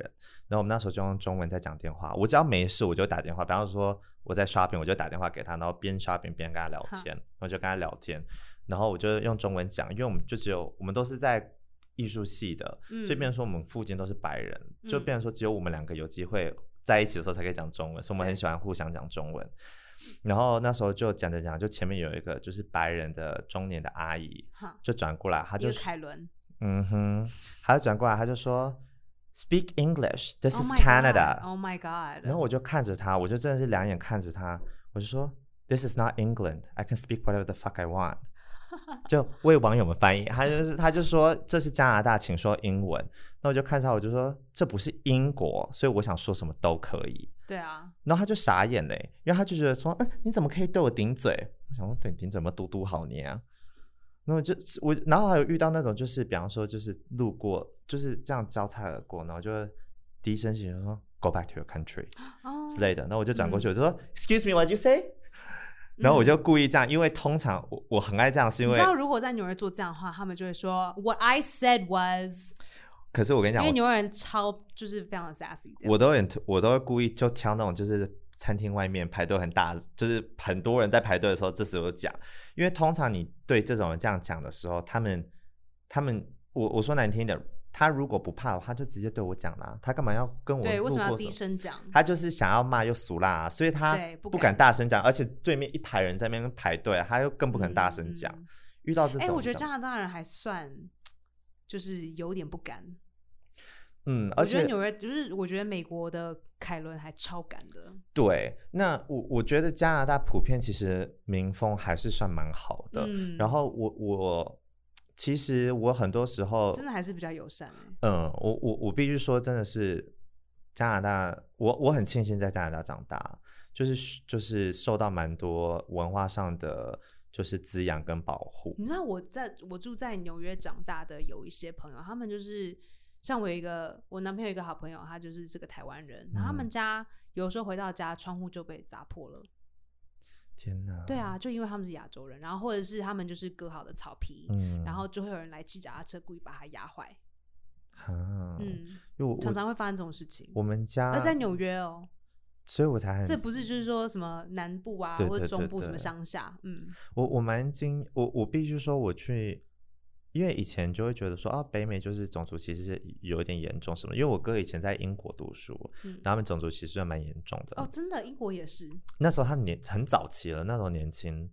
[SPEAKER 1] 然后我们那时候就用中文在讲电话。我只要没事，我就打电话。比方说我在 shopping，我就打电话给她，然后边 shopping 边跟她聊
[SPEAKER 2] 哈
[SPEAKER 1] 天，然后就跟她聊天，然后我就用中文讲，因为我们就只有我们都是在。艺术系的，所以
[SPEAKER 2] 嗯
[SPEAKER 1] 变成说我们附近都是白人，就
[SPEAKER 2] 嗯
[SPEAKER 1] 变成说只有我们两个有机会在一起的时候才可以讲中文，所以我们很
[SPEAKER 2] 对
[SPEAKER 1] 喜欢互相讲中文。然后那时候就讲着讲着，就前面有一个就是白人的中年的阿姨，
[SPEAKER 2] 哈，
[SPEAKER 1] 就转过来，她
[SPEAKER 2] 一
[SPEAKER 1] 就
[SPEAKER 2] 个
[SPEAKER 1] 说
[SPEAKER 2] 凯伦，
[SPEAKER 1] 嗯哼，她就转过来，她就说 Speak English, this
[SPEAKER 2] Oh
[SPEAKER 1] is
[SPEAKER 2] my
[SPEAKER 1] Canada。
[SPEAKER 2] God，Oh my God！
[SPEAKER 1] 然后我就看着她，我就真的是两眼看着她，我就说 This is not England, I can speak whatever the fuck I want 。就为网友们翻译，她就是她就说这是加拿大，请说英文。那我就看着她，我就说这不是英国，所以我想说什么都可以。
[SPEAKER 2] 对啊，
[SPEAKER 1] 然后他就傻眼嘞，因为他就觉得说，嗯，你怎么可以对我顶嘴？我想说，对你顶嘴吗？嘟嘟好你啊。然后我就我，然后还有遇到那种就是，比方说就是路过，就是这样交叉而过，然后就会低声细语地说 “Go back to your country”
[SPEAKER 2] 哦，
[SPEAKER 1] 之类的。那我就转过去，我就说 “Excuse me, what you
[SPEAKER 2] 嗯
[SPEAKER 1] say？” 然后我就故意这样，因为通常我我很爱这样，是因
[SPEAKER 2] 你
[SPEAKER 1] 为
[SPEAKER 2] 知，道如果在纽约做这样的话，他们就会说 What I said was，
[SPEAKER 1] 可是我跟你
[SPEAKER 2] 因
[SPEAKER 1] 讲，
[SPEAKER 2] 为
[SPEAKER 1] 我
[SPEAKER 2] 纽约人超就是非常的 sassy 这样。
[SPEAKER 1] 我都很我都会故意就挑那种就是餐厅外面排队很大，就是很多人在排队的时候，这时候讲，因为通常你对这种人这样讲的时候，他们他们我我说难听一点，他如果不怕的话，他就直接对我讲啦，他干嘛要跟我
[SPEAKER 2] 对，为什么
[SPEAKER 1] 路过
[SPEAKER 2] 要
[SPEAKER 1] 什
[SPEAKER 2] 低
[SPEAKER 1] 么
[SPEAKER 2] 声讲？
[SPEAKER 1] 他就是想要骂又俗辣、啊所以他
[SPEAKER 2] 对不
[SPEAKER 1] 不
[SPEAKER 2] 敢
[SPEAKER 1] 敢大声讲，而且对面一排人在那边排队，他又更不肯大声讲。
[SPEAKER 2] 嗯嗯
[SPEAKER 1] 遇到这种，
[SPEAKER 2] 哎、我觉得加拿大人还算就是有点不敢，
[SPEAKER 1] 嗯，
[SPEAKER 2] 我
[SPEAKER 1] 而
[SPEAKER 2] 觉得
[SPEAKER 1] 且
[SPEAKER 2] 纽约就是我觉得美国的凯伦还超敢的，
[SPEAKER 1] 对，那我我觉得加拿大普遍其实民风还是算蛮好的，
[SPEAKER 2] 嗯，
[SPEAKER 1] 然后我我其实我很多时候，
[SPEAKER 2] 真的还是比较友善、欸。
[SPEAKER 1] 嗯，我我我必须说，真的是加拿大，我我很庆幸在加拿大长大，就是就是受到蛮多文化上的就是滋养跟保护
[SPEAKER 2] 你。知道我在我住在纽约长大的有一些朋友，他们就是像我有一个我男朋友有一个好朋友，他就是是个台湾人，然后他
[SPEAKER 1] 嗯
[SPEAKER 2] 们家有时候回到家窗户就被砸破了，
[SPEAKER 1] 天哪！
[SPEAKER 2] 对，啊，就因为他们是亚洲人，然后或者是他们就是割好的草皮，
[SPEAKER 1] 嗯，
[SPEAKER 2] 然后就会有人来骑脚踏车故意把它压坏，
[SPEAKER 1] 啊，嗯，
[SPEAKER 2] 嗯，
[SPEAKER 1] 因为我
[SPEAKER 2] 常
[SPEAKER 1] 我
[SPEAKER 2] 常会发生这种事情。
[SPEAKER 1] 我们家
[SPEAKER 2] 而，在纽约哦，
[SPEAKER 1] 所以我才很
[SPEAKER 2] 这不是就是说什么南部啊，
[SPEAKER 1] 嗯对
[SPEAKER 2] 或者
[SPEAKER 1] 对
[SPEAKER 2] 中
[SPEAKER 1] 对
[SPEAKER 2] 部什么
[SPEAKER 1] 对
[SPEAKER 2] 乡下，嗯，
[SPEAKER 1] 我我蛮惊，我我必须说我去，因为以前就会觉得说啊，北美就是种族歧视有一点严重什么，因为我哥以前在英国读书，
[SPEAKER 2] 嗯
[SPEAKER 1] 然后他们种族歧视还蛮严重的。
[SPEAKER 2] 哦，真的，英国也是，
[SPEAKER 1] 那时候他们年很早期了，那时候年轻，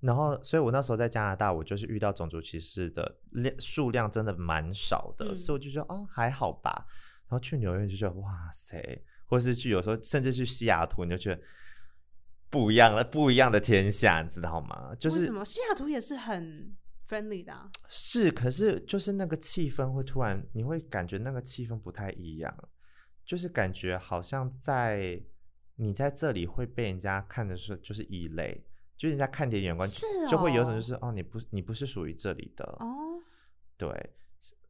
[SPEAKER 1] 然后所以我那时候在加拿大，我就是遇到种族歧视的量数量真的蛮少的，
[SPEAKER 2] 嗯
[SPEAKER 1] 所以我就觉得哦还好吧。然后去纽约就觉得哇塞，或是去有时候甚至去西雅图，你就觉得不一样了，不一样的天下，你知道吗？就
[SPEAKER 2] 为
[SPEAKER 1] 是
[SPEAKER 2] 什么西雅图也是很 friendly 的、啊，
[SPEAKER 1] 是，可是就是那个气氛会突然，你会感觉那个气氛不太一样，就是感觉好像在你在这里会被人家看的是就是异类，就是人家看你的眼光
[SPEAKER 2] 是
[SPEAKER 1] 就会有一种
[SPEAKER 2] 哦
[SPEAKER 1] 就是哦，你不你不是属于这里的，
[SPEAKER 2] 哦，
[SPEAKER 1] 对，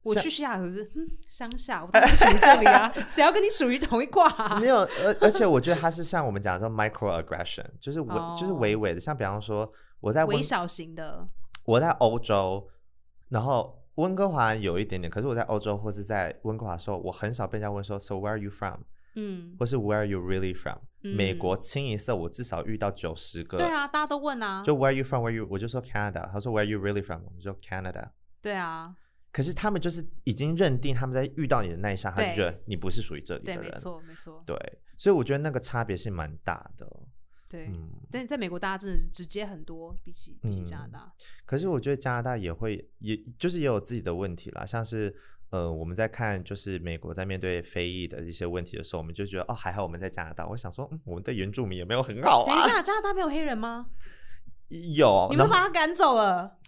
[SPEAKER 2] 我
[SPEAKER 1] 像
[SPEAKER 2] 去西雅图是嗯乡下，我当然属于这里啊，谁要跟你属于同一挂、啊？
[SPEAKER 1] 没有，而而且我觉得它是像我们讲的说 micro aggression，就是微、就是微微的，像比方说啊我在温
[SPEAKER 2] 哦微小型的
[SPEAKER 1] 我在欧洲，然后温哥华有一点点，可是我在欧洲或是在温哥华的时候，我很少被人家问说 so where are you from，
[SPEAKER 2] 嗯，
[SPEAKER 1] 或是 where are you really from、
[SPEAKER 2] 嗯
[SPEAKER 1] 美国清一色我至少遇到九十个，
[SPEAKER 2] 对啊，大家都问啊，
[SPEAKER 1] 就 where are you from where you 我就说 Canada，他说 where are you really from，我就说 Canada。
[SPEAKER 2] 对啊，
[SPEAKER 1] 可是他们就是已经认定他们在遇到你的那一刹，他就
[SPEAKER 2] 对
[SPEAKER 1] 觉得你不是属于这里的
[SPEAKER 2] 对，
[SPEAKER 1] 人。
[SPEAKER 2] 没错，没错，
[SPEAKER 1] 对，所以我觉得那个差别是蛮大的。
[SPEAKER 2] 对。
[SPEAKER 1] 嗯，
[SPEAKER 2] 但在美国，大家真的是直接很多，比起比起加拿
[SPEAKER 1] 嗯
[SPEAKER 2] 大，
[SPEAKER 1] 可是我觉得加拿大也会，也就是也有自己的问题啦，像是。呃，我们在看就是美国在面对非裔的一些问题的时候，我们就觉得哦，还好我们在加拿大。我想说，嗯，我们对原住民也没有很好
[SPEAKER 2] 等一
[SPEAKER 1] 啊。
[SPEAKER 2] 下，加拿大没有黑人吗？
[SPEAKER 1] 有，
[SPEAKER 2] 你
[SPEAKER 1] 哦然
[SPEAKER 2] 们
[SPEAKER 1] 后
[SPEAKER 2] 把他赶走了？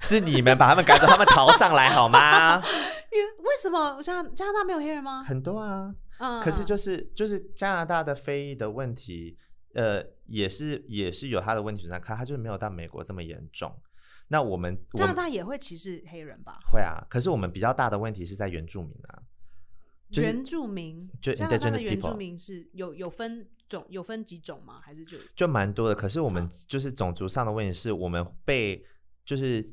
[SPEAKER 1] 是你们把他们赶走，他们逃上来好吗？
[SPEAKER 2] 因为为什么加拿加拿大没有黑人 吗？
[SPEAKER 1] 很多啊，
[SPEAKER 2] 嗯，
[SPEAKER 1] 可是
[SPEAKER 2] 嗯
[SPEAKER 1] 就是就是加拿大的非裔的问题，呃，也是也是有他的问题存在，可他就是没有到美国这么严重。那我们我
[SPEAKER 2] 加拿
[SPEAKER 1] 们
[SPEAKER 2] 大也会歧视黑人吧？
[SPEAKER 1] 会啊，可是我们比较大的问题是在原住民啊，就是
[SPEAKER 2] 原住民，
[SPEAKER 1] 就
[SPEAKER 2] 加拿大的
[SPEAKER 1] indigenous
[SPEAKER 2] 原住
[SPEAKER 1] people
[SPEAKER 2] 民是有有分种有分几种吗？还是就
[SPEAKER 1] 就蛮多的。可是我
[SPEAKER 2] 嗯
[SPEAKER 1] 们就是种族上的问题，是我们被就是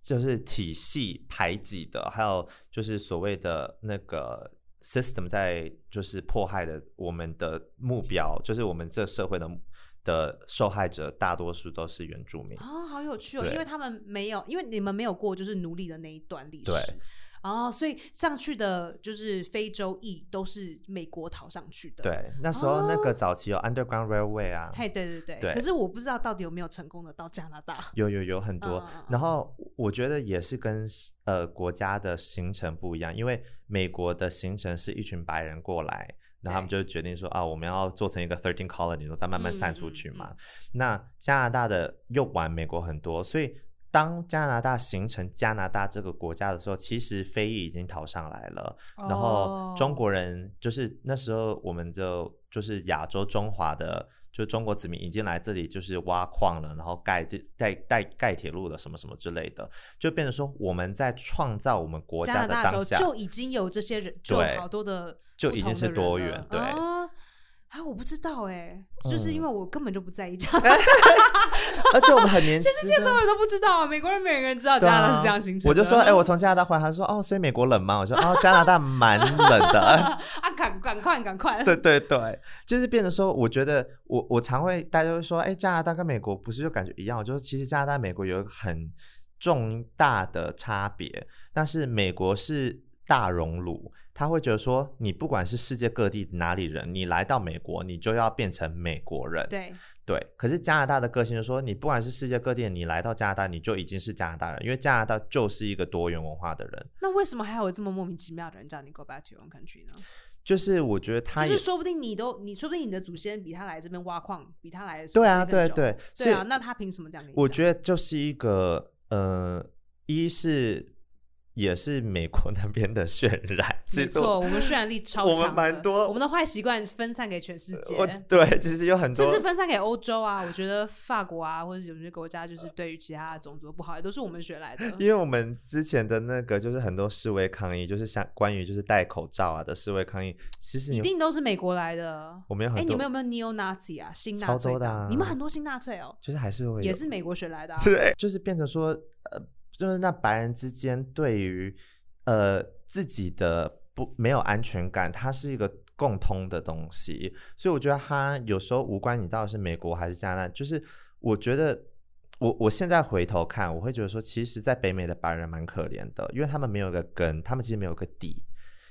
[SPEAKER 1] 就是体系排挤的，还有就是所谓的那个 system 在就是迫害的我们的目标，就是我们这社会的的受害者大多数都是原住民。
[SPEAKER 2] 啊、好有趣哦！
[SPEAKER 1] 对
[SPEAKER 2] 因为他们没有，因为你们没有过就是奴隶的那一段历史
[SPEAKER 1] 对，
[SPEAKER 2] 哦，所以上去的就是非洲裔都是美国逃上去的，，
[SPEAKER 1] 对，那时候那个早期有 Underground Railway 啊，
[SPEAKER 2] 哦嘿，对对对。
[SPEAKER 1] 对
[SPEAKER 2] 可是我不知道到底有没有成功的到加拿大，
[SPEAKER 1] 有有有很多
[SPEAKER 2] 嗯嗯嗯，
[SPEAKER 1] 然后我觉得也是跟呃国家的行程不一样，因为美国的行程是一群白人过来，然后他们就决定说啊，我们要做成一个 thirteen colony，然后再慢慢散出去嘛。
[SPEAKER 2] 嗯
[SPEAKER 1] 那加拿大的又晚美国很多，所以当加拿大形成加拿大这个国家的时候，其实非裔已经逃上来了，然后
[SPEAKER 2] 哦
[SPEAKER 1] 中国人就是那时候我们就就是亚洲中华的，就中国子民已经来这里就是挖矿了，然后盖地盖盖盖铁路了什么什么之类的，就变成说我们在创造我们国
[SPEAKER 2] 加
[SPEAKER 1] 家
[SPEAKER 2] 拿
[SPEAKER 1] 的
[SPEAKER 2] 大的
[SPEAKER 1] 当
[SPEAKER 2] 时
[SPEAKER 1] 下
[SPEAKER 2] 候，就已经有这些人，就
[SPEAKER 1] 对
[SPEAKER 2] 好多的
[SPEAKER 1] 就
[SPEAKER 2] 不
[SPEAKER 1] 已
[SPEAKER 2] 同
[SPEAKER 1] 经是
[SPEAKER 2] 的人
[SPEAKER 1] 多
[SPEAKER 2] 了
[SPEAKER 1] 元对
[SPEAKER 2] 啊啊，我不知道哎，就是
[SPEAKER 1] 嗯
[SPEAKER 2] 因
[SPEAKER 1] 哎
[SPEAKER 2] 为我根本就不在意加拿大，
[SPEAKER 1] 而且我们很 年轻。啊
[SPEAKER 2] 所有人都不知道，啊美国人每个人知道加
[SPEAKER 1] 对
[SPEAKER 2] 拿大
[SPEAKER 1] 啊
[SPEAKER 2] 是这样形，成的。
[SPEAKER 1] 我就说，哎、我从加拿大回来，他说，哦，所以美国冷吗？我说，哦，加拿大蛮冷 的。
[SPEAKER 2] 啊，赶赶快赶快，
[SPEAKER 1] 对对对，就是变成说，我觉得我我常会大家会说，哎，加拿大跟美国不是就感觉一样？就是其实加拿大、美国有一个很重大的差别，但是美国是大熔炉，他会觉得说，你不管是世界各地哪里人，你来到美国，你就要变成美国人。
[SPEAKER 2] 对，
[SPEAKER 1] 对，可是加拿大的个性就是说，你不管是世界各地，你来到加拿大，你就已经是加拿大人，因为加拿大就是一个多元文化的人。
[SPEAKER 2] 那为什么还有这么莫名其妙的人叫你 go back to your own country 呢？
[SPEAKER 1] 就是我觉得他
[SPEAKER 2] 就
[SPEAKER 1] 也
[SPEAKER 2] 是说不定你都，你说不定你的祖先比他来这边挖矿，比他来的时
[SPEAKER 1] 对啊，
[SPEAKER 2] 间更
[SPEAKER 1] 对
[SPEAKER 2] 久
[SPEAKER 1] 对，所
[SPEAKER 2] 对
[SPEAKER 1] 以
[SPEAKER 2] 啊，那他凭什么这样跟你讲？
[SPEAKER 1] 我觉得就是一个呃，一是也是美国那边的渲染，
[SPEAKER 2] 没
[SPEAKER 1] 其实
[SPEAKER 2] 错，
[SPEAKER 1] 我
[SPEAKER 2] 我们渲染力超
[SPEAKER 1] 我
[SPEAKER 2] 强
[SPEAKER 1] 们
[SPEAKER 2] 的，
[SPEAKER 1] 蛮多
[SPEAKER 2] 我们的坏习惯分散给全世界。
[SPEAKER 1] 我对，其实有很
[SPEAKER 2] 甚
[SPEAKER 1] 多
[SPEAKER 2] 至分散给欧洲啊，我觉得法国啊，或者有些国家，就是对于其他的种族不好，也都是我们学来的。
[SPEAKER 1] 因为我们之前的那个就是很多示威抗议，就是像关于就是戴口罩啊的示威抗议，其实
[SPEAKER 2] 一
[SPEAKER 1] 你
[SPEAKER 2] 定都是美国来的。
[SPEAKER 1] 我们有
[SPEAKER 2] 哎、
[SPEAKER 1] 很
[SPEAKER 2] 你
[SPEAKER 1] 多，
[SPEAKER 2] 们有没有 neo Nazi 啊？新纳
[SPEAKER 1] 超
[SPEAKER 2] 粹
[SPEAKER 1] 多的
[SPEAKER 2] 党
[SPEAKER 1] 啊
[SPEAKER 2] 你们很多新纳粹哦，
[SPEAKER 1] 就是还是会
[SPEAKER 2] 也
[SPEAKER 1] 有
[SPEAKER 2] 是美国学来的、啊。
[SPEAKER 1] 对，就是变成说呃，就是那白人之间对于呃自己的不没有安全感，它是一个共通的东西，所以我觉得它有时候无关你到底是美国还是加拿大，就是我觉得。我我现在回头看，我会觉得说，其实，在北美的白人蛮可怜的，因为他们没有一个根，他们其实没有一个底。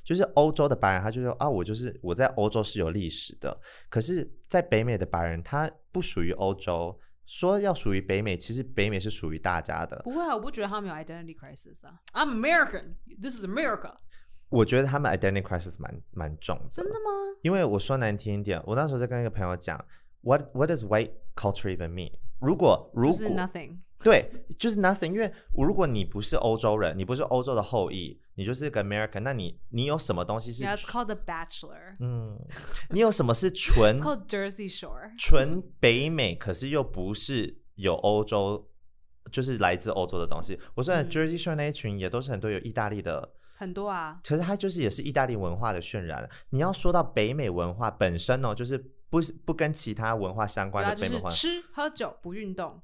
[SPEAKER 1] 就是欧洲的白人，他就说啊，我就是我在欧洲是有历史的，可是，在北美的白人，他不属于欧洲。说要属于北美，其实北美是属于大家的。
[SPEAKER 2] 不会啊，我不觉得他们有 identity crisis 啊。I'm American, this is America。
[SPEAKER 1] 我觉得他们 identity crisis 蛮蛮重的。
[SPEAKER 2] 真的吗？
[SPEAKER 1] 因为我说难听一点，我那时候在跟一个朋友讲，what what does white culture even mean？如果如
[SPEAKER 2] 就
[SPEAKER 1] 果
[SPEAKER 2] 是 nothing。
[SPEAKER 1] 对，就是 nothing，因为我如果你不是欧洲人，你不是欧洲的后裔，你就是个 American，那你你有什么东西是
[SPEAKER 2] Yeah, it's called The Bachelor.
[SPEAKER 1] 嗯，你有什么是纯
[SPEAKER 2] It's called Jersey Shore.
[SPEAKER 1] 纯北美，可是又不是有欧洲，就是来自欧洲的东西？我说的
[SPEAKER 2] 嗯
[SPEAKER 1] Jersey Shore 那一群也都是很多有意大利的，
[SPEAKER 2] 很多啊，
[SPEAKER 1] 可是它就是也是意大利文化的渲染。你要说到北美文化本身哦，就是不是不跟其他文化相
[SPEAKER 2] 对
[SPEAKER 1] 关
[SPEAKER 2] 啊，
[SPEAKER 1] 的
[SPEAKER 2] 就
[SPEAKER 1] 北美
[SPEAKER 2] 是
[SPEAKER 1] 文化，
[SPEAKER 2] 吃、喝酒、不运动，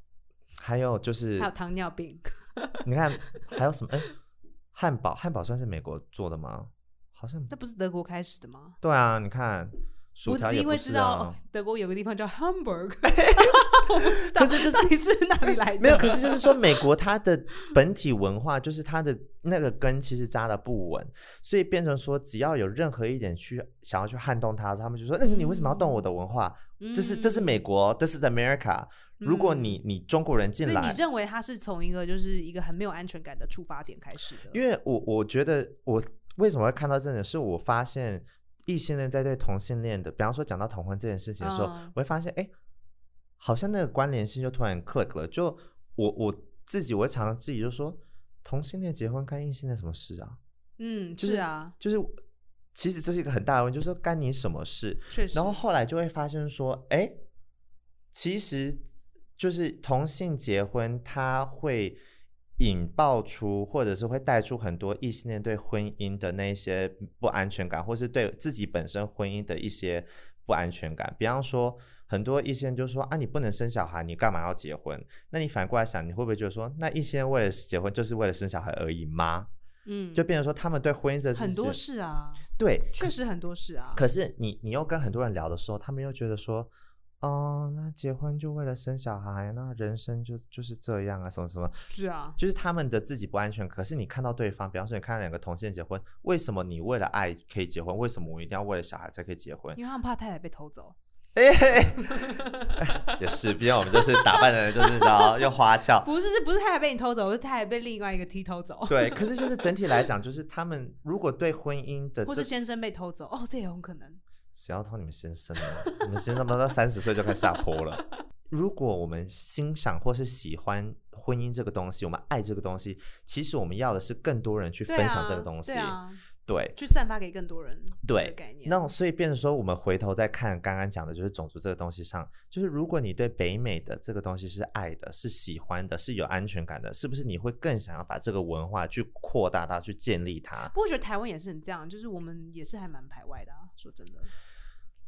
[SPEAKER 1] 还有就是
[SPEAKER 2] 还有糖尿病。
[SPEAKER 1] 你看还有什么？哎，汉堡，汉堡算是美国做的吗？好像
[SPEAKER 2] 那不是德国开始的吗？
[SPEAKER 1] 对啊，你看薯
[SPEAKER 2] 我只
[SPEAKER 1] 条
[SPEAKER 2] 是
[SPEAKER 1] 也
[SPEAKER 2] 因
[SPEAKER 1] 不
[SPEAKER 2] 为
[SPEAKER 1] 是
[SPEAKER 2] 知道、
[SPEAKER 1] 啊
[SPEAKER 2] 哦。德国有个地方叫 Hamburg，我不知道，
[SPEAKER 1] 可是就是
[SPEAKER 2] 到底是哪里来的？
[SPEAKER 1] 没有，可是就是说，美国它的本体文化就是它的那个根其实扎的不稳，所以变成说，只要有任何一点去想要去撼动它，他们就说：“那、你为什么要动我的文化？
[SPEAKER 2] 嗯
[SPEAKER 1] 这是这是美国，This is America。如果你你中国人
[SPEAKER 2] 所
[SPEAKER 1] 进
[SPEAKER 2] 以
[SPEAKER 1] 来
[SPEAKER 2] 你，认为它是从一个就是一个很没有安全感的出发点开始的？
[SPEAKER 1] 因
[SPEAKER 2] 为
[SPEAKER 1] 为我我觉得我为什么会看到这点，是我发现异性恋在对同性恋的，比方说讲到同婚这件事情的时候，
[SPEAKER 2] 嗯
[SPEAKER 1] 我会发现，哎，好像那个关联性就突然 click 了。就我我自己，我会常常自己就说，同性恋结婚干异性恋什么事啊？
[SPEAKER 2] 嗯，
[SPEAKER 1] 就是
[SPEAKER 2] 啊，
[SPEAKER 1] 就是其实这是一个很大的问题，就是说干你什么事？
[SPEAKER 2] 确实。
[SPEAKER 1] 然后后来就会发现说，哎，其实就是同性结婚，它会引爆出，或者是会带出很多异性恋对婚姻的那一些不安全感，或是对自己本身婚姻的一些不安全感。比方说，很多异性恋就说啊，你不能生小孩，你干嘛要结婚？那你反过来想，你会不会觉得说，那异性恋为了结婚就是为了生小孩而已吗？
[SPEAKER 2] 嗯，
[SPEAKER 1] 就变成说，他们对婚姻这
[SPEAKER 2] 很多
[SPEAKER 1] 事
[SPEAKER 2] 事啊，
[SPEAKER 1] 对
[SPEAKER 2] 确实很多事啊。
[SPEAKER 1] 可是你你又跟很多人聊的时候，他们又觉得说，哦，那结婚就为了生小孩，那人生就就是这样啊，什么什么，
[SPEAKER 2] 是啊，
[SPEAKER 1] 就是他们的自己不安全。可是你看到对方，比方说你看到两个同性结婚，为什么你为了爱可以结婚，为什么我一定要为了小孩才可以结婚？ 哎
[SPEAKER 2] 因为他们怕太太被偷走。
[SPEAKER 1] 也是，毕竟我们就是打扮的，就是然后又花俏。
[SPEAKER 2] 不是，是不是太太被你偷走，是太太被另外一个 T 偷走，
[SPEAKER 1] 对，可是就是整体来讲，就是他们如果对婚姻的
[SPEAKER 2] 或
[SPEAKER 1] 这
[SPEAKER 2] 是先生被偷走。哦，这也有可能。
[SPEAKER 1] 谁要偷你们先生呢？ 你们先生不到三十岁就开始下坡了。如果我们欣赏或是喜欢婚姻这个东西，我们爱这个东西，其实我们要的是更多人去
[SPEAKER 2] 对
[SPEAKER 1] 分享
[SPEAKER 2] 啊
[SPEAKER 1] 这个东西。
[SPEAKER 2] 对啊，
[SPEAKER 1] 对
[SPEAKER 2] 去散发给更多人
[SPEAKER 1] 对
[SPEAKER 2] 的概念。
[SPEAKER 1] 那所以变成说，我们回头再看刚刚讲的，就是种族这个东西上，就是如果你对北美的这个东西是爱的、是喜欢的、是有安全感的，是不是你会更想要把这个文化去扩大它、去建立它？
[SPEAKER 2] 不过我觉得台湾也是很这样，就是我们也是还蛮排外的、啊，说真的。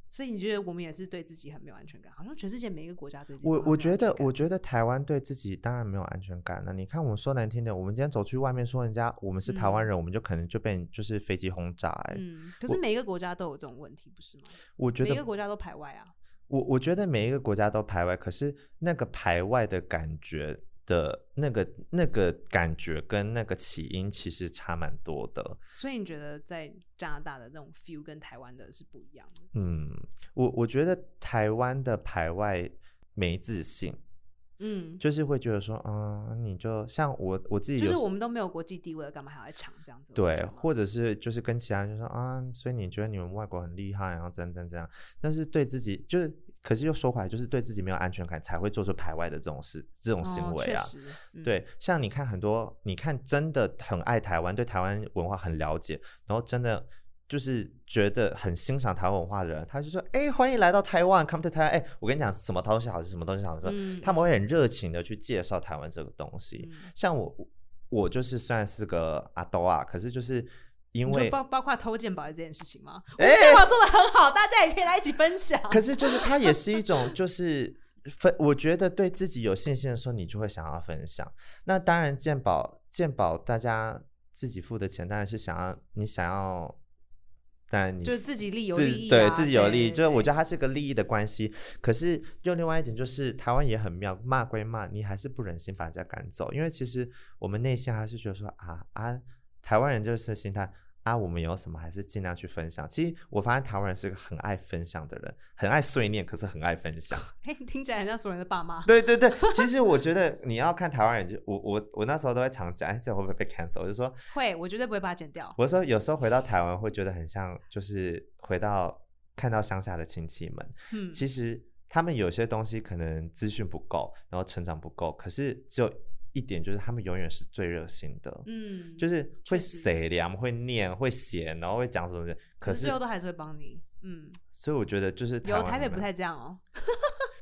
[SPEAKER 2] 所以你觉得我们也是对自己很没有安全感？好像全世界每一个国家对自己都
[SPEAKER 1] 我
[SPEAKER 2] 很没有
[SPEAKER 1] 我觉得
[SPEAKER 2] 安，全
[SPEAKER 1] 我
[SPEAKER 2] 感
[SPEAKER 1] 觉得台湾对自己当然没有安全感了。你看，我们说难听点，我们今天走去外面说人家我们是台湾人，我们就可能就被就是飞机轰炸、欸。
[SPEAKER 2] 嗯，可是每一个国家都有这种问题，不是吗？
[SPEAKER 1] 我觉
[SPEAKER 2] 每一个
[SPEAKER 1] 得，
[SPEAKER 2] 国家都排外啊。
[SPEAKER 1] 我我觉得每一个国家都排外，可是那个排外的感觉的那个那个感觉跟那个起因其实差蛮多的。
[SPEAKER 2] 所以你觉得在加拿大的那种 feel 跟台湾的是不一样的？
[SPEAKER 1] 嗯，我我觉得台湾的排外没自信，
[SPEAKER 2] 嗯，
[SPEAKER 1] 就是会觉得说，嗯，你就像我我自己
[SPEAKER 2] 就
[SPEAKER 1] 有
[SPEAKER 2] 是
[SPEAKER 1] 时
[SPEAKER 2] 我们都没有国际地位了，干嘛还要来抢这样子的感
[SPEAKER 1] 对
[SPEAKER 2] 觉吗？，
[SPEAKER 1] 或者是就是跟其他人就说啊，所以你觉得你们外国很厉害，然后怎样怎样怎样，但是对自己就是，可是又说回来，就是对自己没有安全感，才会做出排外的这种事、这种行
[SPEAKER 2] 哦
[SPEAKER 1] 为
[SPEAKER 2] 确
[SPEAKER 1] 啊。
[SPEAKER 2] 实嗯
[SPEAKER 1] 对，像你看很多，你看真的很爱台湾，对台湾文化很了解，然后真的就是觉得很欣赏台湾文化的人，他就说：“哎、欢迎来到台湾，come to 台湾。”哎，我跟你讲，什么东西好吃，什么东西好吃，
[SPEAKER 2] 嗯
[SPEAKER 1] 他们会很热情的去介绍台湾这个东西。
[SPEAKER 2] 嗯
[SPEAKER 1] 像我，我就是虽然是个阿兜啊，可是就是因
[SPEAKER 2] 你说
[SPEAKER 1] 为，
[SPEAKER 2] 包包括偷鉴宝这件事情吗？我们鉴宝做的很好，大家也可以来一起分享。
[SPEAKER 1] 可是就是它 也是一种就是。分，我觉得对自己有信心的时候，你就会想要分享。那当然，鉴宝鉴宝，大家自己付的钱当然是想要你想要，但你
[SPEAKER 2] 就是自己利有
[SPEAKER 1] 自
[SPEAKER 2] 利益、啊，
[SPEAKER 1] 对自己有利益，就是我觉
[SPEAKER 2] 得
[SPEAKER 1] 得它是个利益的关系。可是又另外一点就是，台湾也很妙，骂归骂，你还是不忍心把人家赶走，因为其实我们内心还是觉得说啊啊，台湾人就是心态。啊，我们有什么还是尽量去分享。其实我发现台湾人是个很爱分享的人，很爱碎念，可是很爱分 享。
[SPEAKER 2] 哎、听起来很像所有人的爸妈。
[SPEAKER 1] 对对对，其实我觉得你要看台湾人，就我我我那时候都会常讲，哎，这会不会被 cancel？我就说，
[SPEAKER 2] 会，我绝对不会把它剪掉。
[SPEAKER 1] 我说有时候回到台湾会觉得很像，就是回到看到乡下的亲戚们，
[SPEAKER 2] 嗯，
[SPEAKER 1] 其实他们有些东西可能资讯不够，然后成长不够，可是只有一点就是他们永远是最热心的，
[SPEAKER 2] 嗯，
[SPEAKER 1] 就是是会
[SPEAKER 2] 确实
[SPEAKER 1] 写凉，会念，会写，然后会讲什么的。可是
[SPEAKER 2] 最后都还是会帮你，嗯，
[SPEAKER 1] 所以我觉得就是
[SPEAKER 2] 有
[SPEAKER 1] 湾
[SPEAKER 2] 台北
[SPEAKER 1] 人
[SPEAKER 2] 不太这样哦。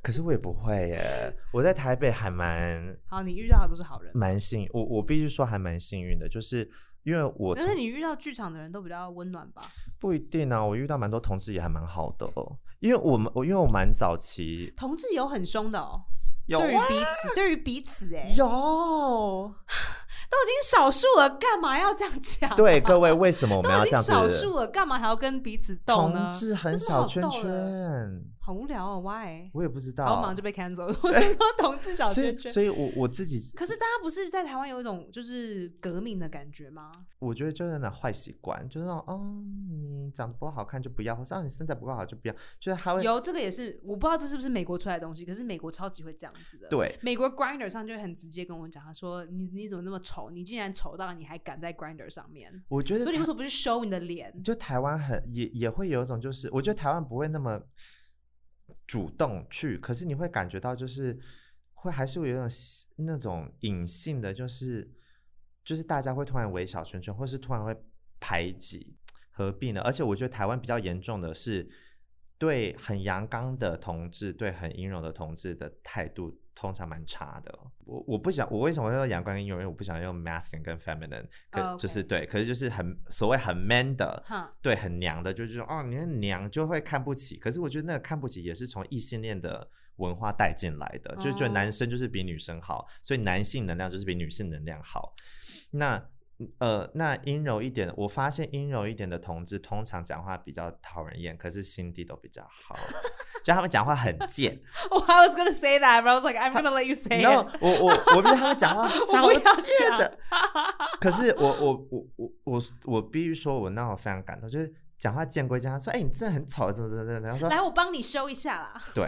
[SPEAKER 1] 可是我也不会耶。我在台北还蛮
[SPEAKER 2] 好，你遇到的都是好人，
[SPEAKER 1] 蛮幸，我我必须说还蛮幸运的，就是因为我
[SPEAKER 2] 但是你遇到剧场的人都比较温暖吧？
[SPEAKER 1] 不一定啊，我遇到蛮多同志也还蛮好的哦。因为我们我因为我蛮早期
[SPEAKER 2] 同志有很凶的哦，
[SPEAKER 1] 有
[SPEAKER 2] 对于
[SPEAKER 1] 啊
[SPEAKER 2] 彼此，对于彼此、哎，
[SPEAKER 1] 有
[SPEAKER 2] 都已经少数了，干嘛要这样讲？
[SPEAKER 1] 对各位，为什么我
[SPEAKER 2] 都
[SPEAKER 1] 们要
[SPEAKER 2] 已
[SPEAKER 1] 这
[SPEAKER 2] 经
[SPEAKER 1] 样子？
[SPEAKER 2] 少数了，干嘛还要跟彼此斗呢
[SPEAKER 1] 同？志很小圈圈，
[SPEAKER 2] 好无聊哦，why？
[SPEAKER 1] 我也不知
[SPEAKER 2] 然后马
[SPEAKER 1] 道
[SPEAKER 2] 上就。被 cancel，了我就说同 志小
[SPEAKER 1] 所
[SPEAKER 2] 圈
[SPEAKER 1] 以，
[SPEAKER 2] 圈。
[SPEAKER 1] 所以我我自己，
[SPEAKER 2] 可是大家不是在台湾有一种就是革命的感觉吗？
[SPEAKER 1] 我觉得就是那种坏习惯，就是那种，哦，你长得不好看就不要，或是啊你身材不够好就不要，就是他会
[SPEAKER 2] 有这个也是，我不知道这是不是美国出来的东西，可是美国超级会这样子的。，
[SPEAKER 1] 对
[SPEAKER 2] 美国 Grinder 上就会很直接跟我讲，他说你你怎么那么丑？你竟然丑到你还敢在 Grinder 上面？
[SPEAKER 1] 我觉得
[SPEAKER 2] 所以你
[SPEAKER 1] 他
[SPEAKER 2] 为什么不去 show 你的脸？
[SPEAKER 1] 就台湾很也也会有一种，就是我觉得台湾不会那么主动去，可是你会感觉到就是会还是会有一种吸那种隐性的，就是就是大家会突然围小圈圈，或是突然会排挤，何必呢？而且我觉得台湾比较严重的是对很阳刚的同志，对很阴柔的同志的态度。通常蛮差的，哦我我不想，我为什么会用阳刚跟阴柔？因为我不想用 masculine 跟 feminine，可、
[SPEAKER 2] 哦
[SPEAKER 1] 就是
[SPEAKER 2] OK
[SPEAKER 1] 对，可是就是很所谓很 man 的，
[SPEAKER 2] 哈，
[SPEAKER 1] 对，很娘的，就是说哦，你很娘就会看不起。可是我觉得那个看不起也是从异性恋的文化带进来的，就是觉得
[SPEAKER 2] 哦
[SPEAKER 1] 男生就是比女生好，所以男性能量就是比女性能量好。那呃，那阴柔一点的，我发现阴柔一点的同志通常讲话比较讨人厌，可是心地都比较好，就他们讲话很贱。
[SPEAKER 2] 我 Oh, I was gonna say that，but I was like I'm gonna let you say
[SPEAKER 1] 然后
[SPEAKER 2] it。
[SPEAKER 1] 我我我不是他们讲 话
[SPEAKER 2] 不
[SPEAKER 1] 超
[SPEAKER 2] 要
[SPEAKER 1] 贱
[SPEAKER 2] 讲
[SPEAKER 1] 的， 可是我我我我我我必须说，我让我非常感动，就是讲话见归见，他说：“哎、你真的很丑，怎么怎么怎么。”然后说
[SPEAKER 2] 来，我帮你修一下啦。：“
[SPEAKER 1] 对，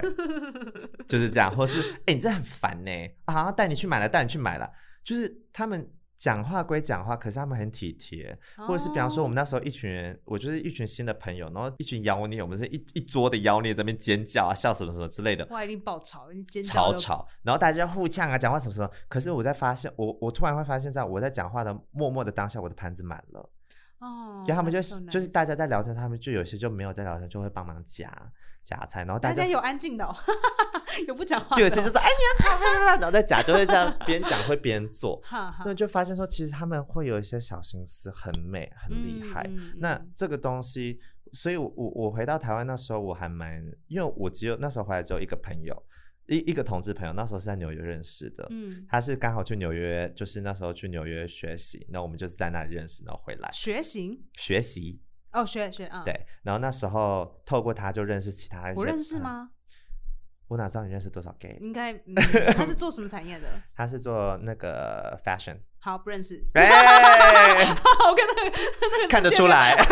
[SPEAKER 1] 就是这样。”或是：“哎、你真的很烦呢、啊，带你去买了，带你去买了。”就是他们讲话归讲话，可是他们很体贴，或者是比方说
[SPEAKER 2] 哦
[SPEAKER 1] 我们那时候一群人，我就是一群新的朋友，然后一群妖孽，我们是一一桌的妖孽在那边尖叫啊、笑什么什么之类的
[SPEAKER 2] 哦，，哇，一定爆吵，一定尖叫
[SPEAKER 1] 吵
[SPEAKER 2] 又，
[SPEAKER 1] 吵，然后大家互呛啊，讲话什么什么。可是我在发现，我我突然会发现，在我在讲话的默默的当下，我的盘子满了，
[SPEAKER 2] 哦，
[SPEAKER 1] 然后他们就
[SPEAKER 2] that's
[SPEAKER 1] 是
[SPEAKER 2] so
[SPEAKER 1] 就是大
[SPEAKER 2] nice
[SPEAKER 1] 家在聊天，他们就有些就没有在聊天，就会帮忙夹夹菜，然后大
[SPEAKER 2] 大
[SPEAKER 1] 家
[SPEAKER 2] 家有安静的、哦， 有不讲话
[SPEAKER 1] 就
[SPEAKER 2] 的、
[SPEAKER 1] 有
[SPEAKER 2] 哦，，
[SPEAKER 1] 些就是哎你很吵，啪啪啪然后在夹就会这样边讲会边做
[SPEAKER 2] 哈哈，
[SPEAKER 1] 那就发现说其实他们会有一些小心思，很美很厉害。
[SPEAKER 2] 嗯嗯
[SPEAKER 1] 那
[SPEAKER 2] 嗯
[SPEAKER 1] 这个东西，所以我我我回到台湾那时候，我还蛮，因为我只有那时候回来只有一个朋友，一一个同志朋友，那时候是在纽约认识的，
[SPEAKER 2] 嗯，
[SPEAKER 1] 他是刚好去纽约，就是那时候去纽约学习，那我们就是在那里认识，然后回来
[SPEAKER 2] 学行
[SPEAKER 1] 学习，
[SPEAKER 2] 哦，学学啊，，
[SPEAKER 1] 对，然后那时候透过他就认识其他一些，
[SPEAKER 2] 我认识吗？
[SPEAKER 1] 我哪知道你认识多少 gay？
[SPEAKER 2] 应该、 嗯他是做什么产业的？
[SPEAKER 1] 他是做那 个 fashion，
[SPEAKER 2] 好，不认识。
[SPEAKER 1] 哎，
[SPEAKER 2] 我跟那个 那个
[SPEAKER 1] 看得
[SPEAKER 2] 世界
[SPEAKER 1] 出
[SPEAKER 2] 没有，
[SPEAKER 1] 来。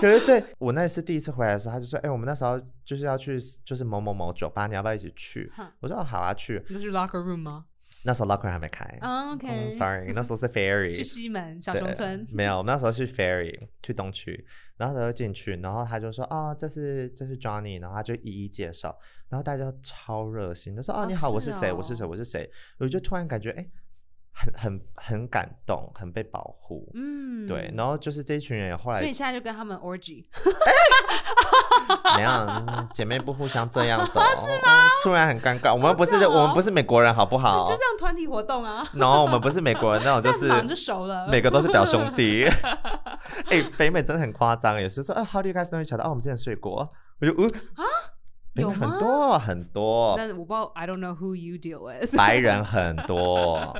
[SPEAKER 1] 可是对我那一次第一次回来的时候，他就说：“哎、我们那时候就是要去，就是某某某酒吧，你要不要一起去
[SPEAKER 2] 哼？”
[SPEAKER 1] 我说：“哦，好啊，去。
[SPEAKER 2] 你是 locker room 吗”
[SPEAKER 1] 那时候 locker 还没开。
[SPEAKER 2] 嗯？OK，、
[SPEAKER 1] 嗯 sorry，那时候是
[SPEAKER 2] 去
[SPEAKER 1] ferry。
[SPEAKER 2] 西门小
[SPEAKER 1] 对
[SPEAKER 2] 熊村，
[SPEAKER 1] 没有，我们那时候去 ferry 去东区，然后他就进去，然后他就说哦，这是这是 Johnny，然后他就一一介绍，然后大家都超热心，他说哦
[SPEAKER 2] 哦
[SPEAKER 1] 你好，我
[SPEAKER 2] 是
[SPEAKER 1] 是谁，
[SPEAKER 2] 哦
[SPEAKER 1] 我是谁，我是谁，我就突然感觉哎，很很很感动，很被保护，
[SPEAKER 2] 嗯，
[SPEAKER 1] 对，然后就是这一群人也后来
[SPEAKER 2] 所以你现在就跟他们 orgy，
[SPEAKER 1] 怎样、嗯姐妹不互相这 样的、哦，是吗？突然很尴尬，我们不是、
[SPEAKER 2] 这样哦
[SPEAKER 1] 我们不是美国人好不 好
[SPEAKER 2] 就这？样团体活动啊，
[SPEAKER 1] 然后我们不是美国人那种，
[SPEAKER 2] 这
[SPEAKER 1] 就
[SPEAKER 2] 样子
[SPEAKER 1] 是
[SPEAKER 2] 马上就熟了。
[SPEAKER 1] 每个都是表兄 弟。哎、北美真的很夸张，也是说，啊，How do you guys know each other？哦，我们之前睡过。我就嗯啊，北
[SPEAKER 2] 有
[SPEAKER 1] 美
[SPEAKER 2] 吗
[SPEAKER 1] 很多很多，
[SPEAKER 2] 但是我不知道，I don't know who you deal with。
[SPEAKER 1] 白人很多。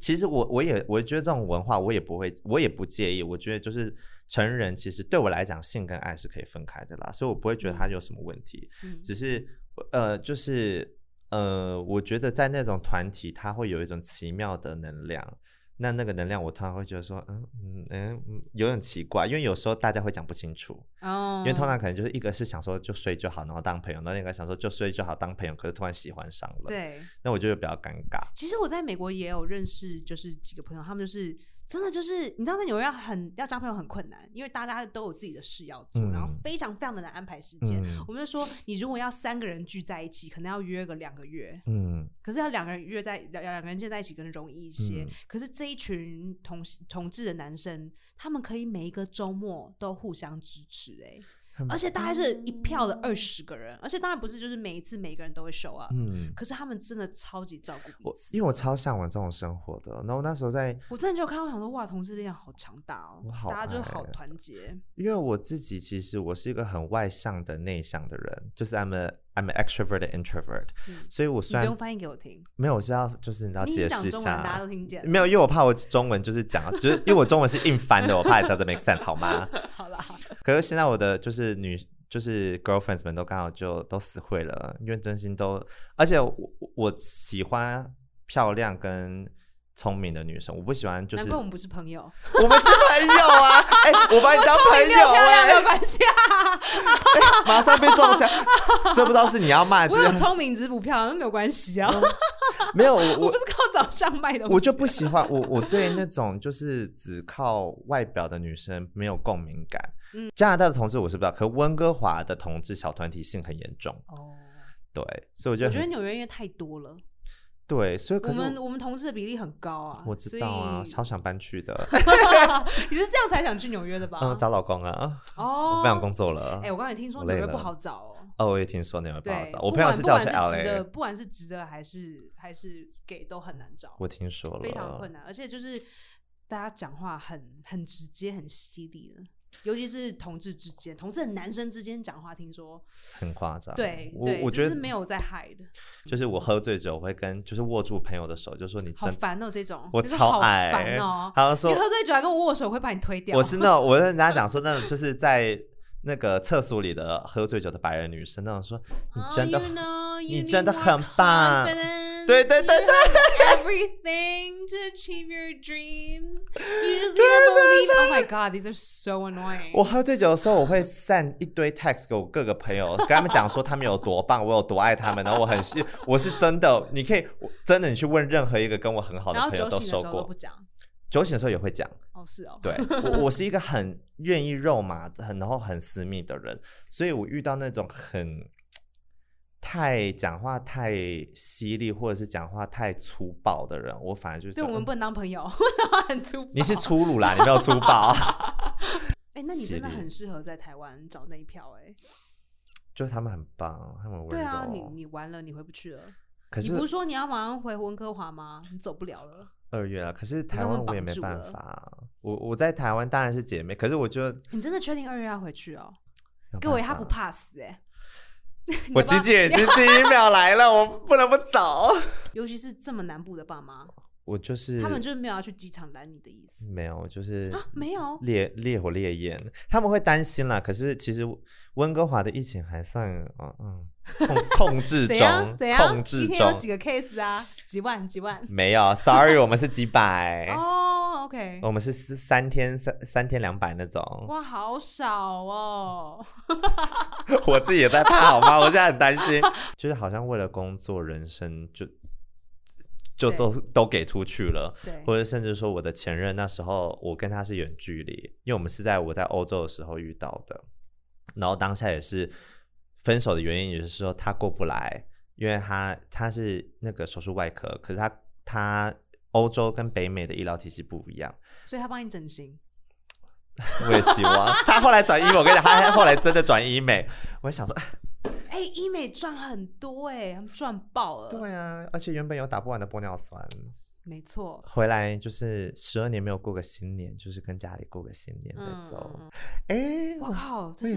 [SPEAKER 1] 其实我我也我觉得这种文化我也不会，我也不介意。我觉得就是成人，其实对我来讲，性跟爱是可以分开的啦，所以我不会觉得它有什么问题。
[SPEAKER 2] 嗯
[SPEAKER 1] 只是呃，就是呃，我觉得在那种团体，它会有一种奇妙的能量。那那个能量，我突然会觉得说，嗯嗯嗯嗯，有点奇怪，因为有时候大家会讲不清楚，
[SPEAKER 2] 哦，
[SPEAKER 1] 因为通常可能就是一个是想说就睡就好，然后当朋友；，那另一个想说就睡就好当朋友，可是突然喜欢上了，
[SPEAKER 2] 对。
[SPEAKER 1] 那我就会比较尴尬。
[SPEAKER 2] 其实我在美国也有认识，就是几个朋友，他们就是真的就是你知道在纽约要很要交朋友很困难，因为大家都有自己的事要做，
[SPEAKER 1] 嗯
[SPEAKER 2] 然后非常非常的难安排时间。
[SPEAKER 1] 嗯
[SPEAKER 2] 我们就说，你如果要三个人聚在一起，可能要约个两个月，
[SPEAKER 1] 嗯
[SPEAKER 2] 可是要两个人约在两两个人见在一起，可能容易一些。
[SPEAKER 1] 嗯
[SPEAKER 2] 可是这一群同同志的男生，他们可以每一个周末都互相支持、欸，
[SPEAKER 1] 他们
[SPEAKER 2] 而且大概是一票的二十个人，而且当然不是就是每一次每一个人都会 show up，、
[SPEAKER 1] 嗯，
[SPEAKER 2] 可是他们真的超级照顾彼
[SPEAKER 1] 我
[SPEAKER 2] 此。
[SPEAKER 1] 因为我超向往这种生活的，然后那时候在
[SPEAKER 2] 我真的就看到想说，哇，同志力量好强大哦
[SPEAKER 1] 我！好
[SPEAKER 2] 大家就是
[SPEAKER 1] 爱
[SPEAKER 2] 好
[SPEAKER 1] 啊
[SPEAKER 2] 团结。
[SPEAKER 1] 因为我自己其实我是一个很外向的内向的人，就是 I'm a I'm an extrovert and introvert，、
[SPEAKER 2] 嗯
[SPEAKER 1] 所以我
[SPEAKER 2] 你
[SPEAKER 1] 虽
[SPEAKER 2] 不
[SPEAKER 1] 然
[SPEAKER 2] 用翻译给我听，
[SPEAKER 1] 没有我是要就是你知道
[SPEAKER 2] 你已经
[SPEAKER 1] 解
[SPEAKER 2] 讲
[SPEAKER 1] 释一
[SPEAKER 2] 中文，大家
[SPEAKER 1] 下嗯
[SPEAKER 2] 都，听见了。
[SPEAKER 1] 没有，因为我怕我中文就是讲，就是因为我中文是硬翻的，我怕 it doesn't make sense 好吗？
[SPEAKER 2] 好啦，
[SPEAKER 1] 可是现在我的就是女就是 girlfriends 们都刚好就都死会了，因为真心都，而且我我我喜欢漂亮跟聪明的女生，我不喜欢就是
[SPEAKER 2] 难怪我们不是朋友，
[SPEAKER 1] 我们是朋友 啊，哎、我把你当朋
[SPEAKER 2] 没有
[SPEAKER 1] 友
[SPEAKER 2] 漂亮
[SPEAKER 1] 哎、
[SPEAKER 2] 没有关系啊。
[SPEAKER 1] 哎马上被中枪，这不知道是你要骂，
[SPEAKER 2] 我有
[SPEAKER 1] 这
[SPEAKER 2] 聪明只是不漂亮，那没有关系啊。
[SPEAKER 1] 没有我
[SPEAKER 2] 我
[SPEAKER 1] 我
[SPEAKER 2] 不是靠早上卖东西，啊
[SPEAKER 1] 我就不喜欢我我对那种就是只靠外表的女生没有共鸣 感。
[SPEAKER 2] 嗯
[SPEAKER 1] 加拿大的同志我是不知道，可温哥华的同志小团体性很严重，
[SPEAKER 2] 哦。
[SPEAKER 1] 对，所以我觉
[SPEAKER 2] 我
[SPEAKER 1] 得
[SPEAKER 2] 觉得
[SPEAKER 1] 很
[SPEAKER 2] 纽约因为太多了，
[SPEAKER 1] 对，所以可
[SPEAKER 2] 我
[SPEAKER 1] 是
[SPEAKER 2] 们我们同志的比例很高啊。
[SPEAKER 1] 我知道啊，
[SPEAKER 2] 所以
[SPEAKER 1] 超想搬去的，
[SPEAKER 2] 你是这样才想去纽约的吧？
[SPEAKER 1] 嗯， 找老公啊，
[SPEAKER 2] 哦，
[SPEAKER 1] 我不想工作了
[SPEAKER 2] 哎、。我刚才听说
[SPEAKER 1] 我
[SPEAKER 2] 纽
[SPEAKER 1] 累
[SPEAKER 2] 约不
[SPEAKER 1] 了
[SPEAKER 2] 好找哦。
[SPEAKER 1] 哦，我也听说你们不好
[SPEAKER 2] 对，
[SPEAKER 1] 找，我
[SPEAKER 2] 不
[SPEAKER 1] 朋友
[SPEAKER 2] 管
[SPEAKER 1] 是
[SPEAKER 2] 不
[SPEAKER 1] 叫我去
[SPEAKER 2] 管是直的，
[SPEAKER 1] LA，
[SPEAKER 2] 不管是直的还是还是给都很难找，
[SPEAKER 1] 我听说了，
[SPEAKER 2] 非常困难，而且就是大家讲话很很直接，很犀利的。尤其是同志之间，同志的男生之间讲话，听说
[SPEAKER 1] 很夸张。
[SPEAKER 2] 对
[SPEAKER 1] 我
[SPEAKER 2] 对，
[SPEAKER 1] 啊我
[SPEAKER 2] 就
[SPEAKER 1] 觉
[SPEAKER 2] 是
[SPEAKER 1] 得
[SPEAKER 2] 没有在 hide，
[SPEAKER 1] 就是我喝醉酒，我会跟就是握住朋友的手，就说你
[SPEAKER 2] 好
[SPEAKER 1] 真，
[SPEAKER 2] 烦哦，这种
[SPEAKER 1] 我
[SPEAKER 2] 真的
[SPEAKER 1] 超
[SPEAKER 2] 好
[SPEAKER 1] 爱
[SPEAKER 2] 烦哦。
[SPEAKER 1] 好像
[SPEAKER 2] 你
[SPEAKER 1] 说
[SPEAKER 2] 喝醉酒还跟我握手，我会把你推掉。
[SPEAKER 1] 我是那种，我跟人家讲说那种就是在那个厕所里的喝醉酒的白人女生，那种说你真的
[SPEAKER 2] Oh, you know, you
[SPEAKER 1] 你真的
[SPEAKER 2] need more
[SPEAKER 1] 很棒
[SPEAKER 2] confidence.
[SPEAKER 1] 对对对
[SPEAKER 2] You have，everything to achieve your dreams. You just need to believe. Oh my god, these are so annoying.
[SPEAKER 1] 我喝醉酒的时候，我会散一堆 text 给我各个朋友，跟他们讲说他们有多棒，我有多爱他们，然后我很是我是真的，你可以我真的你去问任何一个跟我很好的
[SPEAKER 2] 然后
[SPEAKER 1] 朋友
[SPEAKER 2] 酒
[SPEAKER 1] 都
[SPEAKER 2] 醒的
[SPEAKER 1] 收
[SPEAKER 2] 时候都
[SPEAKER 1] 过
[SPEAKER 2] 不，讲。
[SPEAKER 1] 酒醒的时候也会讲，
[SPEAKER 2] 哦，是哦。
[SPEAKER 1] 对我我是一个很愿意肉麻的，很然后很私密的人，所以我遇到那种很太讲话太犀利或者是讲话太粗暴的人，我反而就是
[SPEAKER 2] 对，
[SPEAKER 1] 说
[SPEAKER 2] 我们
[SPEAKER 1] 嗯
[SPEAKER 2] 不能当朋友， 很粗暴。
[SPEAKER 1] 你是粗鲁啦，你没有粗暴，
[SPEAKER 2] 哎，那你真的
[SPEAKER 1] 犀利
[SPEAKER 2] 很适合在台湾找那一票哎。
[SPEAKER 1] 就是他们很棒，他们很温
[SPEAKER 2] 对
[SPEAKER 1] 柔。
[SPEAKER 2] 啊，你你完了，你回不去了。
[SPEAKER 1] 可
[SPEAKER 2] 你
[SPEAKER 1] 是
[SPEAKER 2] 不是说你要马上回温哥华吗？你走不了了，
[SPEAKER 1] 二月啊，可是台
[SPEAKER 2] 被
[SPEAKER 1] 湾
[SPEAKER 2] 绑
[SPEAKER 1] 我也没
[SPEAKER 2] 住
[SPEAKER 1] 办
[SPEAKER 2] 了
[SPEAKER 1] 法，我我在台湾当然是姐妹，可是我觉得
[SPEAKER 2] 你真的确定二月要回去哦？
[SPEAKER 1] 没有
[SPEAKER 2] 各位，
[SPEAKER 1] 办
[SPEAKER 2] 他
[SPEAKER 1] 法
[SPEAKER 2] 不，怕死哎。你
[SPEAKER 1] 我
[SPEAKER 2] 要不要
[SPEAKER 1] 经纪人
[SPEAKER 2] 啊
[SPEAKER 1] 经纪人秒来了，我不能不走，
[SPEAKER 2] 尤其是这么南部的爸妈，
[SPEAKER 1] 我就是
[SPEAKER 2] 他们就是没有要去机场拦你的意思
[SPEAKER 1] 没有，我就是
[SPEAKER 2] 啊？没有，
[SPEAKER 1] 烈烈火烈焰，他们会担心啦。可是其实温哥华的疫情还算，嗯嗯，控控制
[SPEAKER 2] 怎
[SPEAKER 1] 中
[SPEAKER 2] 样怎，样？
[SPEAKER 1] 控制
[SPEAKER 2] 一天有
[SPEAKER 1] 中
[SPEAKER 2] 几。个 case 啊？几万几万？
[SPEAKER 1] 没有，sorry，我们是几百，
[SPEAKER 2] 哦，OK、o k
[SPEAKER 1] 我们是四三天三三天两百那种。
[SPEAKER 2] 哇，好少哦！
[SPEAKER 1] 我自己也在怕，好吗？我现在很担心，就是好像为了工作，人生就就
[SPEAKER 2] 对
[SPEAKER 1] 都都给出去了。
[SPEAKER 2] 对，
[SPEAKER 1] 或者甚至说，我的前任啊那时候我跟他是远距离，因为我们是在我在欧洲的时候遇到的，然后当下也是分手的原因，也是说他过不来，因为他他是那个手术外科，可是他他欧洲跟北美的医疗体系不一样，
[SPEAKER 2] 所以他帮你整形，
[SPEAKER 1] 我也希望他后来转医，我跟你讲，他后来真的转医美，我想说，啊
[SPEAKER 2] 哎、医美赚很多哎、他们赚爆了，
[SPEAKER 1] 对啊，而且原本有打不完的玻尿酸，
[SPEAKER 2] 没错，
[SPEAKER 1] 回来就是十二年没有过个新年，就是跟家里过个新年再走，
[SPEAKER 2] 嗯，
[SPEAKER 1] 哎、
[SPEAKER 2] 我靠，
[SPEAKER 1] 我
[SPEAKER 2] 这
[SPEAKER 1] 也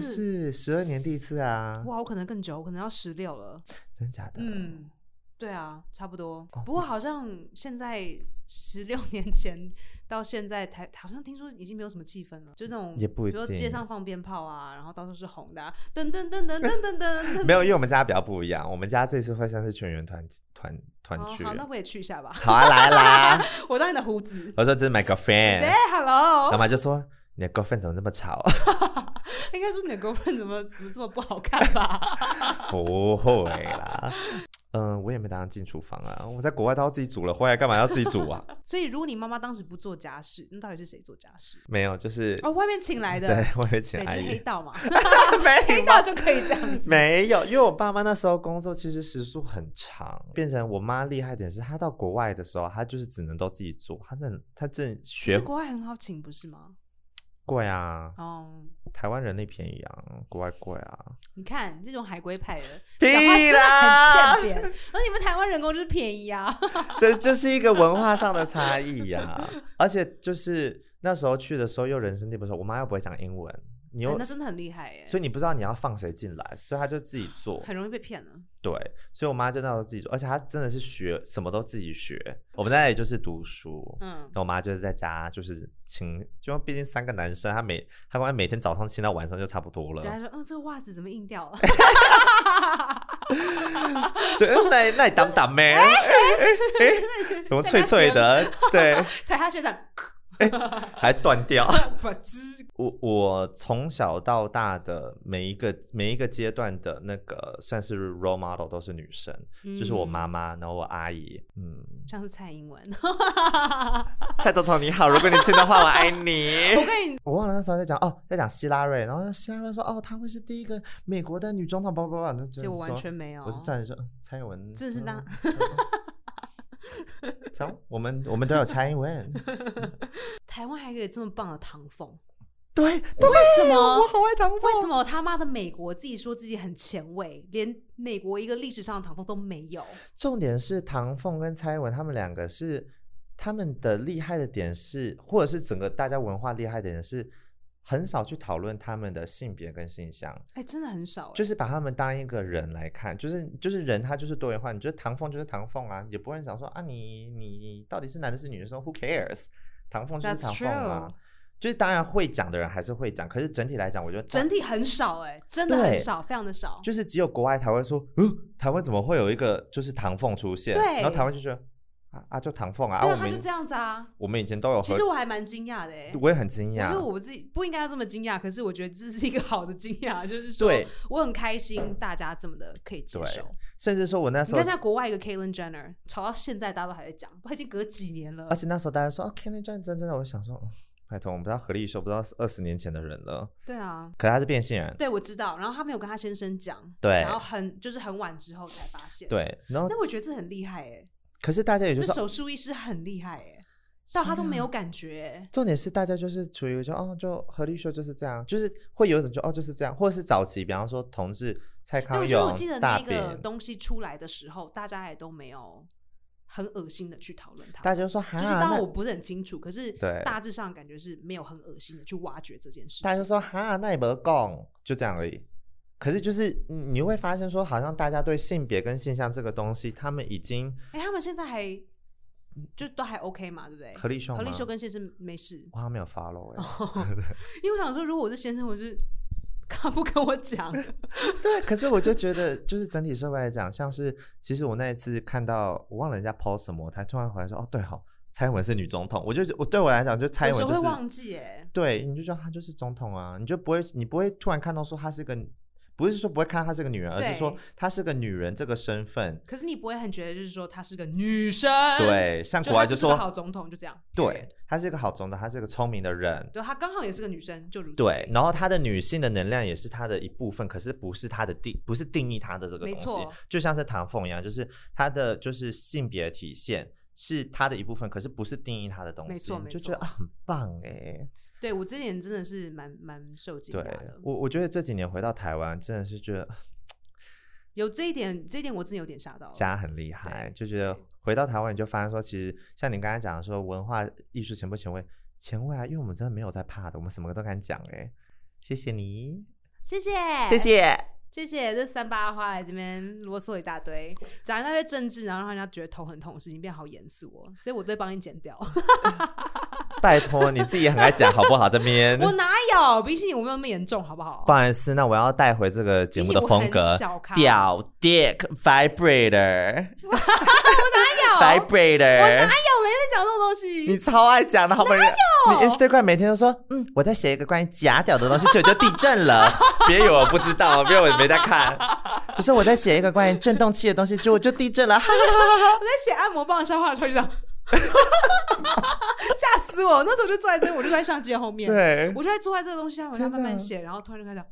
[SPEAKER 1] 是
[SPEAKER 2] 是
[SPEAKER 1] 十二年第一次啊，
[SPEAKER 2] 哇，我可能更久，我可能要十六了，
[SPEAKER 1] 真假的？
[SPEAKER 2] 嗯，对啊，差不多
[SPEAKER 1] 哦。
[SPEAKER 2] 不过好像现在十六 年前到现在台，好像听说已经没有什么气氛了，就那种
[SPEAKER 1] 也不一
[SPEAKER 2] 比如说街
[SPEAKER 1] 定
[SPEAKER 2] 上放鞭炮啊，然后到处是红的、啊，噔噔噔噔噔 噔噔噔。
[SPEAKER 1] 没有，因为我们家比较不一样，我们家这次会像是全员团团团
[SPEAKER 2] 哦
[SPEAKER 1] 聚。，
[SPEAKER 2] 好，那我也去一下 吧。
[SPEAKER 1] 好啊，来 啦！
[SPEAKER 2] 我当你的 胡子。
[SPEAKER 1] 我说这是 my girlfriend，
[SPEAKER 2] 对
[SPEAKER 1] 然后
[SPEAKER 2] ，Hello，
[SPEAKER 1] 妈就说你的 girlfriend 怎么那么吵？
[SPEAKER 2] 应该说你的 girlfriend 怎么怎么这么不好看吧？
[SPEAKER 1] 不会啦，嗯、我也没打算进厨房啊，我在国外都要自己煮了，回来干嘛要自己煮 啊？
[SPEAKER 2] 所以如果你妈妈当时不做家事，那到底是谁做家事？
[SPEAKER 1] 没有，就是、
[SPEAKER 2] 哦，外面请来
[SPEAKER 1] 对
[SPEAKER 2] 的，，
[SPEAKER 1] 我会请
[SPEAKER 2] 对，就
[SPEAKER 1] 阿
[SPEAKER 2] 是黑
[SPEAKER 1] 姨。
[SPEAKER 2] 道嘛，
[SPEAKER 1] 没
[SPEAKER 2] 黑道就可以这样 子。
[SPEAKER 1] 没有，因为我爸妈那时候工作其实时速很长，变成我妈厉害点是，她到国外的时候，她就是只能都自己做，她正她正
[SPEAKER 2] 其
[SPEAKER 1] 学
[SPEAKER 2] 实国外很好请，不是吗？
[SPEAKER 1] 贵啊，
[SPEAKER 2] 哦，
[SPEAKER 1] 台湾人力便宜啊，国外贵啊，
[SPEAKER 2] 你看这种海归派的
[SPEAKER 1] 屁
[SPEAKER 2] 讲话真的
[SPEAKER 1] 啦
[SPEAKER 2] 很欠扁，而你们台湾人工就是便宜啊。
[SPEAKER 1] 这就是一个文化上的差异呀、而且就是那时候去的时候又人生地不熟，我妈又不会讲英文，你
[SPEAKER 2] 哎
[SPEAKER 1] 又、
[SPEAKER 2] 那真的很厉害耶，
[SPEAKER 1] 所以你不知道你要放谁进来，所以她就自己做。
[SPEAKER 2] 很容易被骗了。
[SPEAKER 1] 对，所以我妈就那时候自己做，而且她真的是学什么都自己学。我们在那里就是读书，
[SPEAKER 2] 嗯，
[SPEAKER 1] 那我妈就是在家，就是清，就毕竟三个男生，她每她光每天早上清到晚上就差不多了
[SPEAKER 2] 对，。他说，嗯，这个袜子怎么硬掉了？
[SPEAKER 1] 就嗯那那你长长没？哎哎哎怎么脆脆的？对，
[SPEAKER 2] 踩他学长，
[SPEAKER 1] 还断 掉。
[SPEAKER 2] 把滋，
[SPEAKER 1] 我我从小到大的每一个每一个阶段的那个算是 role model 都是女生，就是我妈
[SPEAKER 2] 嗯，
[SPEAKER 1] 妈，然后我阿姨， 嗯，
[SPEAKER 2] 像是蔡英文。
[SPEAKER 1] 蔡总统你好，如果你听的话，我爱你。
[SPEAKER 2] 我跟你
[SPEAKER 1] 我忘了那时候在讲哦，在讲希拉瑞，然后希拉瑞说哦，她会是第一个美国的女总统，叭叭叭，然后就
[SPEAKER 2] 结果完
[SPEAKER 1] 说
[SPEAKER 2] 全没有，
[SPEAKER 1] 我就站着说嗯蔡英文，
[SPEAKER 2] 真的是哦当
[SPEAKER 1] 嗯。 嗯走，我们我们都有蔡英 文，
[SPEAKER 2] 台湾还可以这么棒的唐凤，
[SPEAKER 1] 哦对，对，
[SPEAKER 2] 为什么
[SPEAKER 1] 我好爱唐凤，
[SPEAKER 2] 为什么他妈的美国自己说自己很前卫，连美国一个历史上的唐风都没有？
[SPEAKER 1] 重点是唐凤跟蔡英文他们两个是他们的厉害的点是，或者是整个大家文化厉害的点是，很少去讨论他们的性别跟性向，
[SPEAKER 2] 哎、真的很少、哎
[SPEAKER 1] 就是把他们当一个人来看，就是就是人他就是多元化，你觉得唐凤就是唐凤啊，也不会想说啊你你你到底是男的是女的说 who cares，唐凤就是
[SPEAKER 2] That's
[SPEAKER 1] 唐凤啊。就是当然会讲的人还是会讲，可是整体来讲，我觉得
[SPEAKER 2] 整体很少、哎，真的很少，非常的少。
[SPEAKER 1] 就是只有国外才会说，嗯，台湾怎么会有一个就是唐凤出现？
[SPEAKER 2] 对
[SPEAKER 1] 然后台湾就觉得啊啊，就唐凤啊，
[SPEAKER 2] 对
[SPEAKER 1] 我
[SPEAKER 2] 啊，他就
[SPEAKER 1] 们
[SPEAKER 2] 这样子啊。
[SPEAKER 1] 我们以前都有
[SPEAKER 2] 其
[SPEAKER 1] 喝
[SPEAKER 2] 实，我还蛮惊讶的、哎，
[SPEAKER 1] 我也很惊
[SPEAKER 2] 我觉
[SPEAKER 1] 讶
[SPEAKER 2] 得，我自己不应该要这么惊讶，可是我觉得这是一个好的惊讶，就是说
[SPEAKER 1] 对，
[SPEAKER 2] 我很开心大家这么的可以接
[SPEAKER 1] 对
[SPEAKER 2] 受。
[SPEAKER 1] 甚至说我那
[SPEAKER 2] 你
[SPEAKER 1] 时
[SPEAKER 2] 看，
[SPEAKER 1] 候，
[SPEAKER 2] 像国外一个 Caitlyn Jenner 吵到现在，大家都还在讲，他已经隔几年了
[SPEAKER 1] 而。且那时候大家说啊 k e n n y 真真真的，我就想说，嗯拜托，我们不知道何立修，不知道是二十年前的人了，
[SPEAKER 2] 对啊，
[SPEAKER 1] 可他是变性人，
[SPEAKER 2] 对我知道。然后他没有跟他先生讲，
[SPEAKER 1] 对
[SPEAKER 2] 然后很就是很晚之后才发现。，
[SPEAKER 1] 对，然后
[SPEAKER 2] 但我觉得这很厉害哎、
[SPEAKER 1] 可是大家也就啊
[SPEAKER 2] 这
[SPEAKER 1] 说，
[SPEAKER 2] 手术医师很厉害哎、到他都没有感觉、欸。
[SPEAKER 1] 重点是大家就是处于一个就哦，就何立秀就是这样，就是会有一种就哦就是这样，或者是早期，比方说同志蔡
[SPEAKER 2] 但
[SPEAKER 1] 康
[SPEAKER 2] 我觉得
[SPEAKER 1] 永
[SPEAKER 2] 我记得、
[SPEAKER 1] 大
[SPEAKER 2] 那个
[SPEAKER 1] 饼，
[SPEAKER 2] 东西出来的时候，大家也都没有很恶心的去讨论它。
[SPEAKER 1] 大家就说哈，
[SPEAKER 2] 就是当然
[SPEAKER 1] 啊那
[SPEAKER 2] 我不是很清楚，可是
[SPEAKER 1] 对
[SPEAKER 2] 大致上感觉是没有很恶心的去挖掘这件事
[SPEAKER 1] 大家
[SPEAKER 2] 情。
[SPEAKER 1] 就说哈，那也没讲，就这样而已。可是就是嗯你会发现说，好像大家对性别跟性向这个东西，他们已经
[SPEAKER 2] 哎、他们现在还就都还 OK 嘛，对不对？
[SPEAKER 1] 合力秀吗
[SPEAKER 2] 何立修跟先哦生没事，
[SPEAKER 1] 我好像没有 follow 哎、
[SPEAKER 2] 因为我想说，如果我是先生，我就是 他不跟我讲，
[SPEAKER 1] 对，可是我就觉得，就是整体社会来讲，像是其实我那一次看到，我忘了人家 post 什么，我才突然回来说，哦，对好、蔡英文是女总统，我就我对我来讲，就蔡
[SPEAKER 2] 有
[SPEAKER 1] 英
[SPEAKER 2] 时
[SPEAKER 1] 文
[SPEAKER 2] 候
[SPEAKER 1] 就
[SPEAKER 2] 会
[SPEAKER 1] 是
[SPEAKER 2] 忘记哎、
[SPEAKER 1] 对，你就知道她就是总统啊，你就不会，你不会突然看到说她是个，不是说不会看到她是个女人，而是说
[SPEAKER 2] 对
[SPEAKER 1] 她是个女人这个身份。
[SPEAKER 2] 可是你不会很觉得就是说她是个女生，，
[SPEAKER 1] 对，像
[SPEAKER 2] 嗯就
[SPEAKER 1] 国外
[SPEAKER 2] 她就是
[SPEAKER 1] 说
[SPEAKER 2] 个好总统就这样，
[SPEAKER 1] 对，，她是一个好总统，她是一个聪明的人。
[SPEAKER 2] 对她刚好也是个女生，就如此，
[SPEAKER 1] 对，，然后她的女性的能量也是她的一部分，可是不是她的定，不是定义她的这个
[SPEAKER 2] 没
[SPEAKER 1] 东西
[SPEAKER 2] 错，
[SPEAKER 1] 就像是唐凤一样，就是她的就是性别体现是她的一部分，可是不是定义她的东西，
[SPEAKER 2] 没错没
[SPEAKER 1] 你就觉得
[SPEAKER 2] 错
[SPEAKER 1] 啊很棒哎。
[SPEAKER 2] 对我这点真的是蛮蛮受惊讶
[SPEAKER 1] 对
[SPEAKER 2] 的，
[SPEAKER 1] 我，我觉得这几年回到台湾，真的是觉得
[SPEAKER 2] 有这一点，这一点我真的有点吓到了，
[SPEAKER 1] 家很厉害，就觉得回到台湾你就发现说，其实像你刚才讲的说，文化艺术前不前卫，前卫啊，因为我们真的没有在怕的，我们什么都敢讲哎。谢谢你，
[SPEAKER 2] 谢谢，
[SPEAKER 1] 谢 谢。
[SPEAKER 2] 谢谢这三八花来这边啰嗦一大堆，讲一大堆政治，然后让人家觉得头很痛的事情，变好严肃哦。所以我都会帮你剪掉。
[SPEAKER 1] 拜托，你自己也很爱讲好不好？这边
[SPEAKER 2] 我哪有？比起你我没有那么严重，好不好
[SPEAKER 1] 不？好意思，那我要带回这个节目的风格
[SPEAKER 2] 毕竟我很小咖，
[SPEAKER 1] 屌 dick vibrator，我哪有 vibrator？
[SPEAKER 2] 哪有每天在讲这种东
[SPEAKER 1] 你
[SPEAKER 2] 西？
[SPEAKER 1] 超爱讲的，好不容易，你 Instagram 每天都说，嗯，我在 写一个关于假屌的东西，就就地震了。别以为我不知道，别以为我没在看，就是我在写一个关于震动器的东西，就我就地震了，哈哈哈哈
[SPEAKER 2] 我在写按摩棒的笑话的时候就这样， 吓死我！那时候就坐在这，我就在相机的后面，
[SPEAKER 1] 对
[SPEAKER 2] 我就在坐在这个东西上，我就
[SPEAKER 1] 天
[SPEAKER 2] 慢慢
[SPEAKER 1] 哪
[SPEAKER 2] 写，然后突然就开始。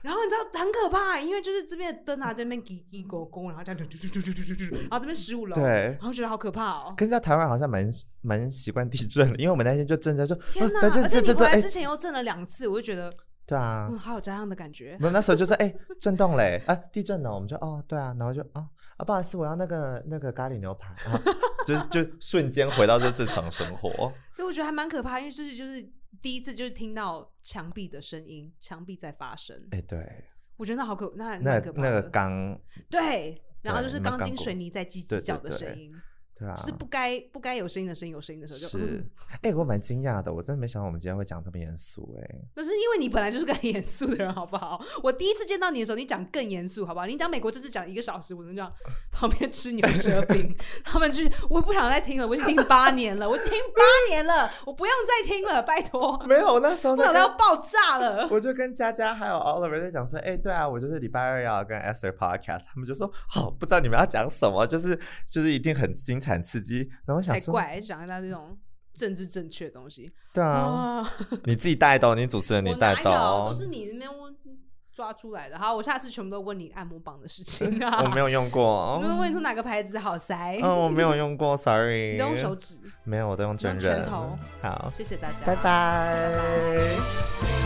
[SPEAKER 2] 然后你知道很可怕，因为就是这边的灯啊，这边叽叽狗狗，然后这样啾啾啾啾啾啾啾，然后这边十五楼，
[SPEAKER 1] 对
[SPEAKER 2] 然。后觉得好可怕哦。
[SPEAKER 1] 可是，在台湾好像蛮蛮习惯地震的，因为我们那天就正在说，
[SPEAKER 2] 天哪！
[SPEAKER 1] 啊
[SPEAKER 2] 而
[SPEAKER 1] 这
[SPEAKER 2] 且
[SPEAKER 1] 这
[SPEAKER 2] 你
[SPEAKER 1] 这
[SPEAKER 2] 回
[SPEAKER 1] 这，
[SPEAKER 2] 来
[SPEAKER 1] 哎
[SPEAKER 2] 之，前又震了两次，我就觉得，
[SPEAKER 1] 对啊
[SPEAKER 2] 嗯，，好有家样的感觉。
[SPEAKER 1] 我们那时候就说，哎，震动嘞，啊，地震了，我们就哦，对啊，然后就啊啊，不好意思，我要那个那个咖喱牛排，啊 就就瞬间回到这正常生活，
[SPEAKER 2] 对，我觉得还蛮可怕，因为就是就是第一次就是听到墙壁的声音，墙壁在发声，
[SPEAKER 1] 哎，对，
[SPEAKER 2] 我觉得那好可，那还
[SPEAKER 1] 那
[SPEAKER 2] 蛮可
[SPEAKER 1] 个
[SPEAKER 2] 怕
[SPEAKER 1] 那
[SPEAKER 2] 的。
[SPEAKER 1] 个钢，
[SPEAKER 2] 对，然后
[SPEAKER 1] 对
[SPEAKER 2] 就是
[SPEAKER 1] 你们
[SPEAKER 2] 钢
[SPEAKER 1] 干
[SPEAKER 2] 筋
[SPEAKER 1] 过
[SPEAKER 2] 水泥在叽叽
[SPEAKER 1] 对
[SPEAKER 2] 叫
[SPEAKER 1] 对
[SPEAKER 2] 的
[SPEAKER 1] 对
[SPEAKER 2] 声音，
[SPEAKER 1] 对啊，
[SPEAKER 2] 就是不该不该有声音的声音有声音的时候就。
[SPEAKER 1] 是
[SPEAKER 2] 嗯，
[SPEAKER 1] 哎、我蛮惊讶的，我真的没想到我们今天会讲这么严肃、哎，
[SPEAKER 2] 那是因为你本来就是个很严肃的人，好不好？ 我第一次见到你的时候，你讲更严肃，好不好？你讲美国这次讲一个小时，我就这样旁边吃牛舌饼， 他们就是我不想再听了，我已经听八年了，我听八年了，我不用再听了，拜托，
[SPEAKER 1] 没有，我那时候
[SPEAKER 2] 我
[SPEAKER 1] 在
[SPEAKER 2] 脑袋要
[SPEAKER 1] 跟
[SPEAKER 2] 爆炸了。
[SPEAKER 1] 我就跟佳佳还有 Oliver 在讲说，哎、对啊，我就是礼拜二要跟 Esther podcast，他们就说，好、不知道你们要讲什么，就是就是一定很精彩刺激。然后我想
[SPEAKER 2] 才
[SPEAKER 1] 说，
[SPEAKER 2] 怪，讲一下这种政治正确的东西
[SPEAKER 1] 对啊，！你自己带的哦，你主持人你
[SPEAKER 2] 我
[SPEAKER 1] 带
[SPEAKER 2] 哪有？
[SPEAKER 1] 的哦
[SPEAKER 2] 都，是你那边问抓出来的。好，我下次全部都问你按摩棒的事情 啊。
[SPEAKER 1] 我没有用
[SPEAKER 2] 我
[SPEAKER 1] 过，
[SPEAKER 2] 们问你出哪个牌子好塞？
[SPEAKER 1] 嗯，我没有用过，sorry，
[SPEAKER 2] 你都用手指。
[SPEAKER 1] 没有，我都用真
[SPEAKER 2] 你用拳
[SPEAKER 1] 人
[SPEAKER 2] 头，
[SPEAKER 1] 好，
[SPEAKER 2] 谢谢大家，
[SPEAKER 1] 拜拜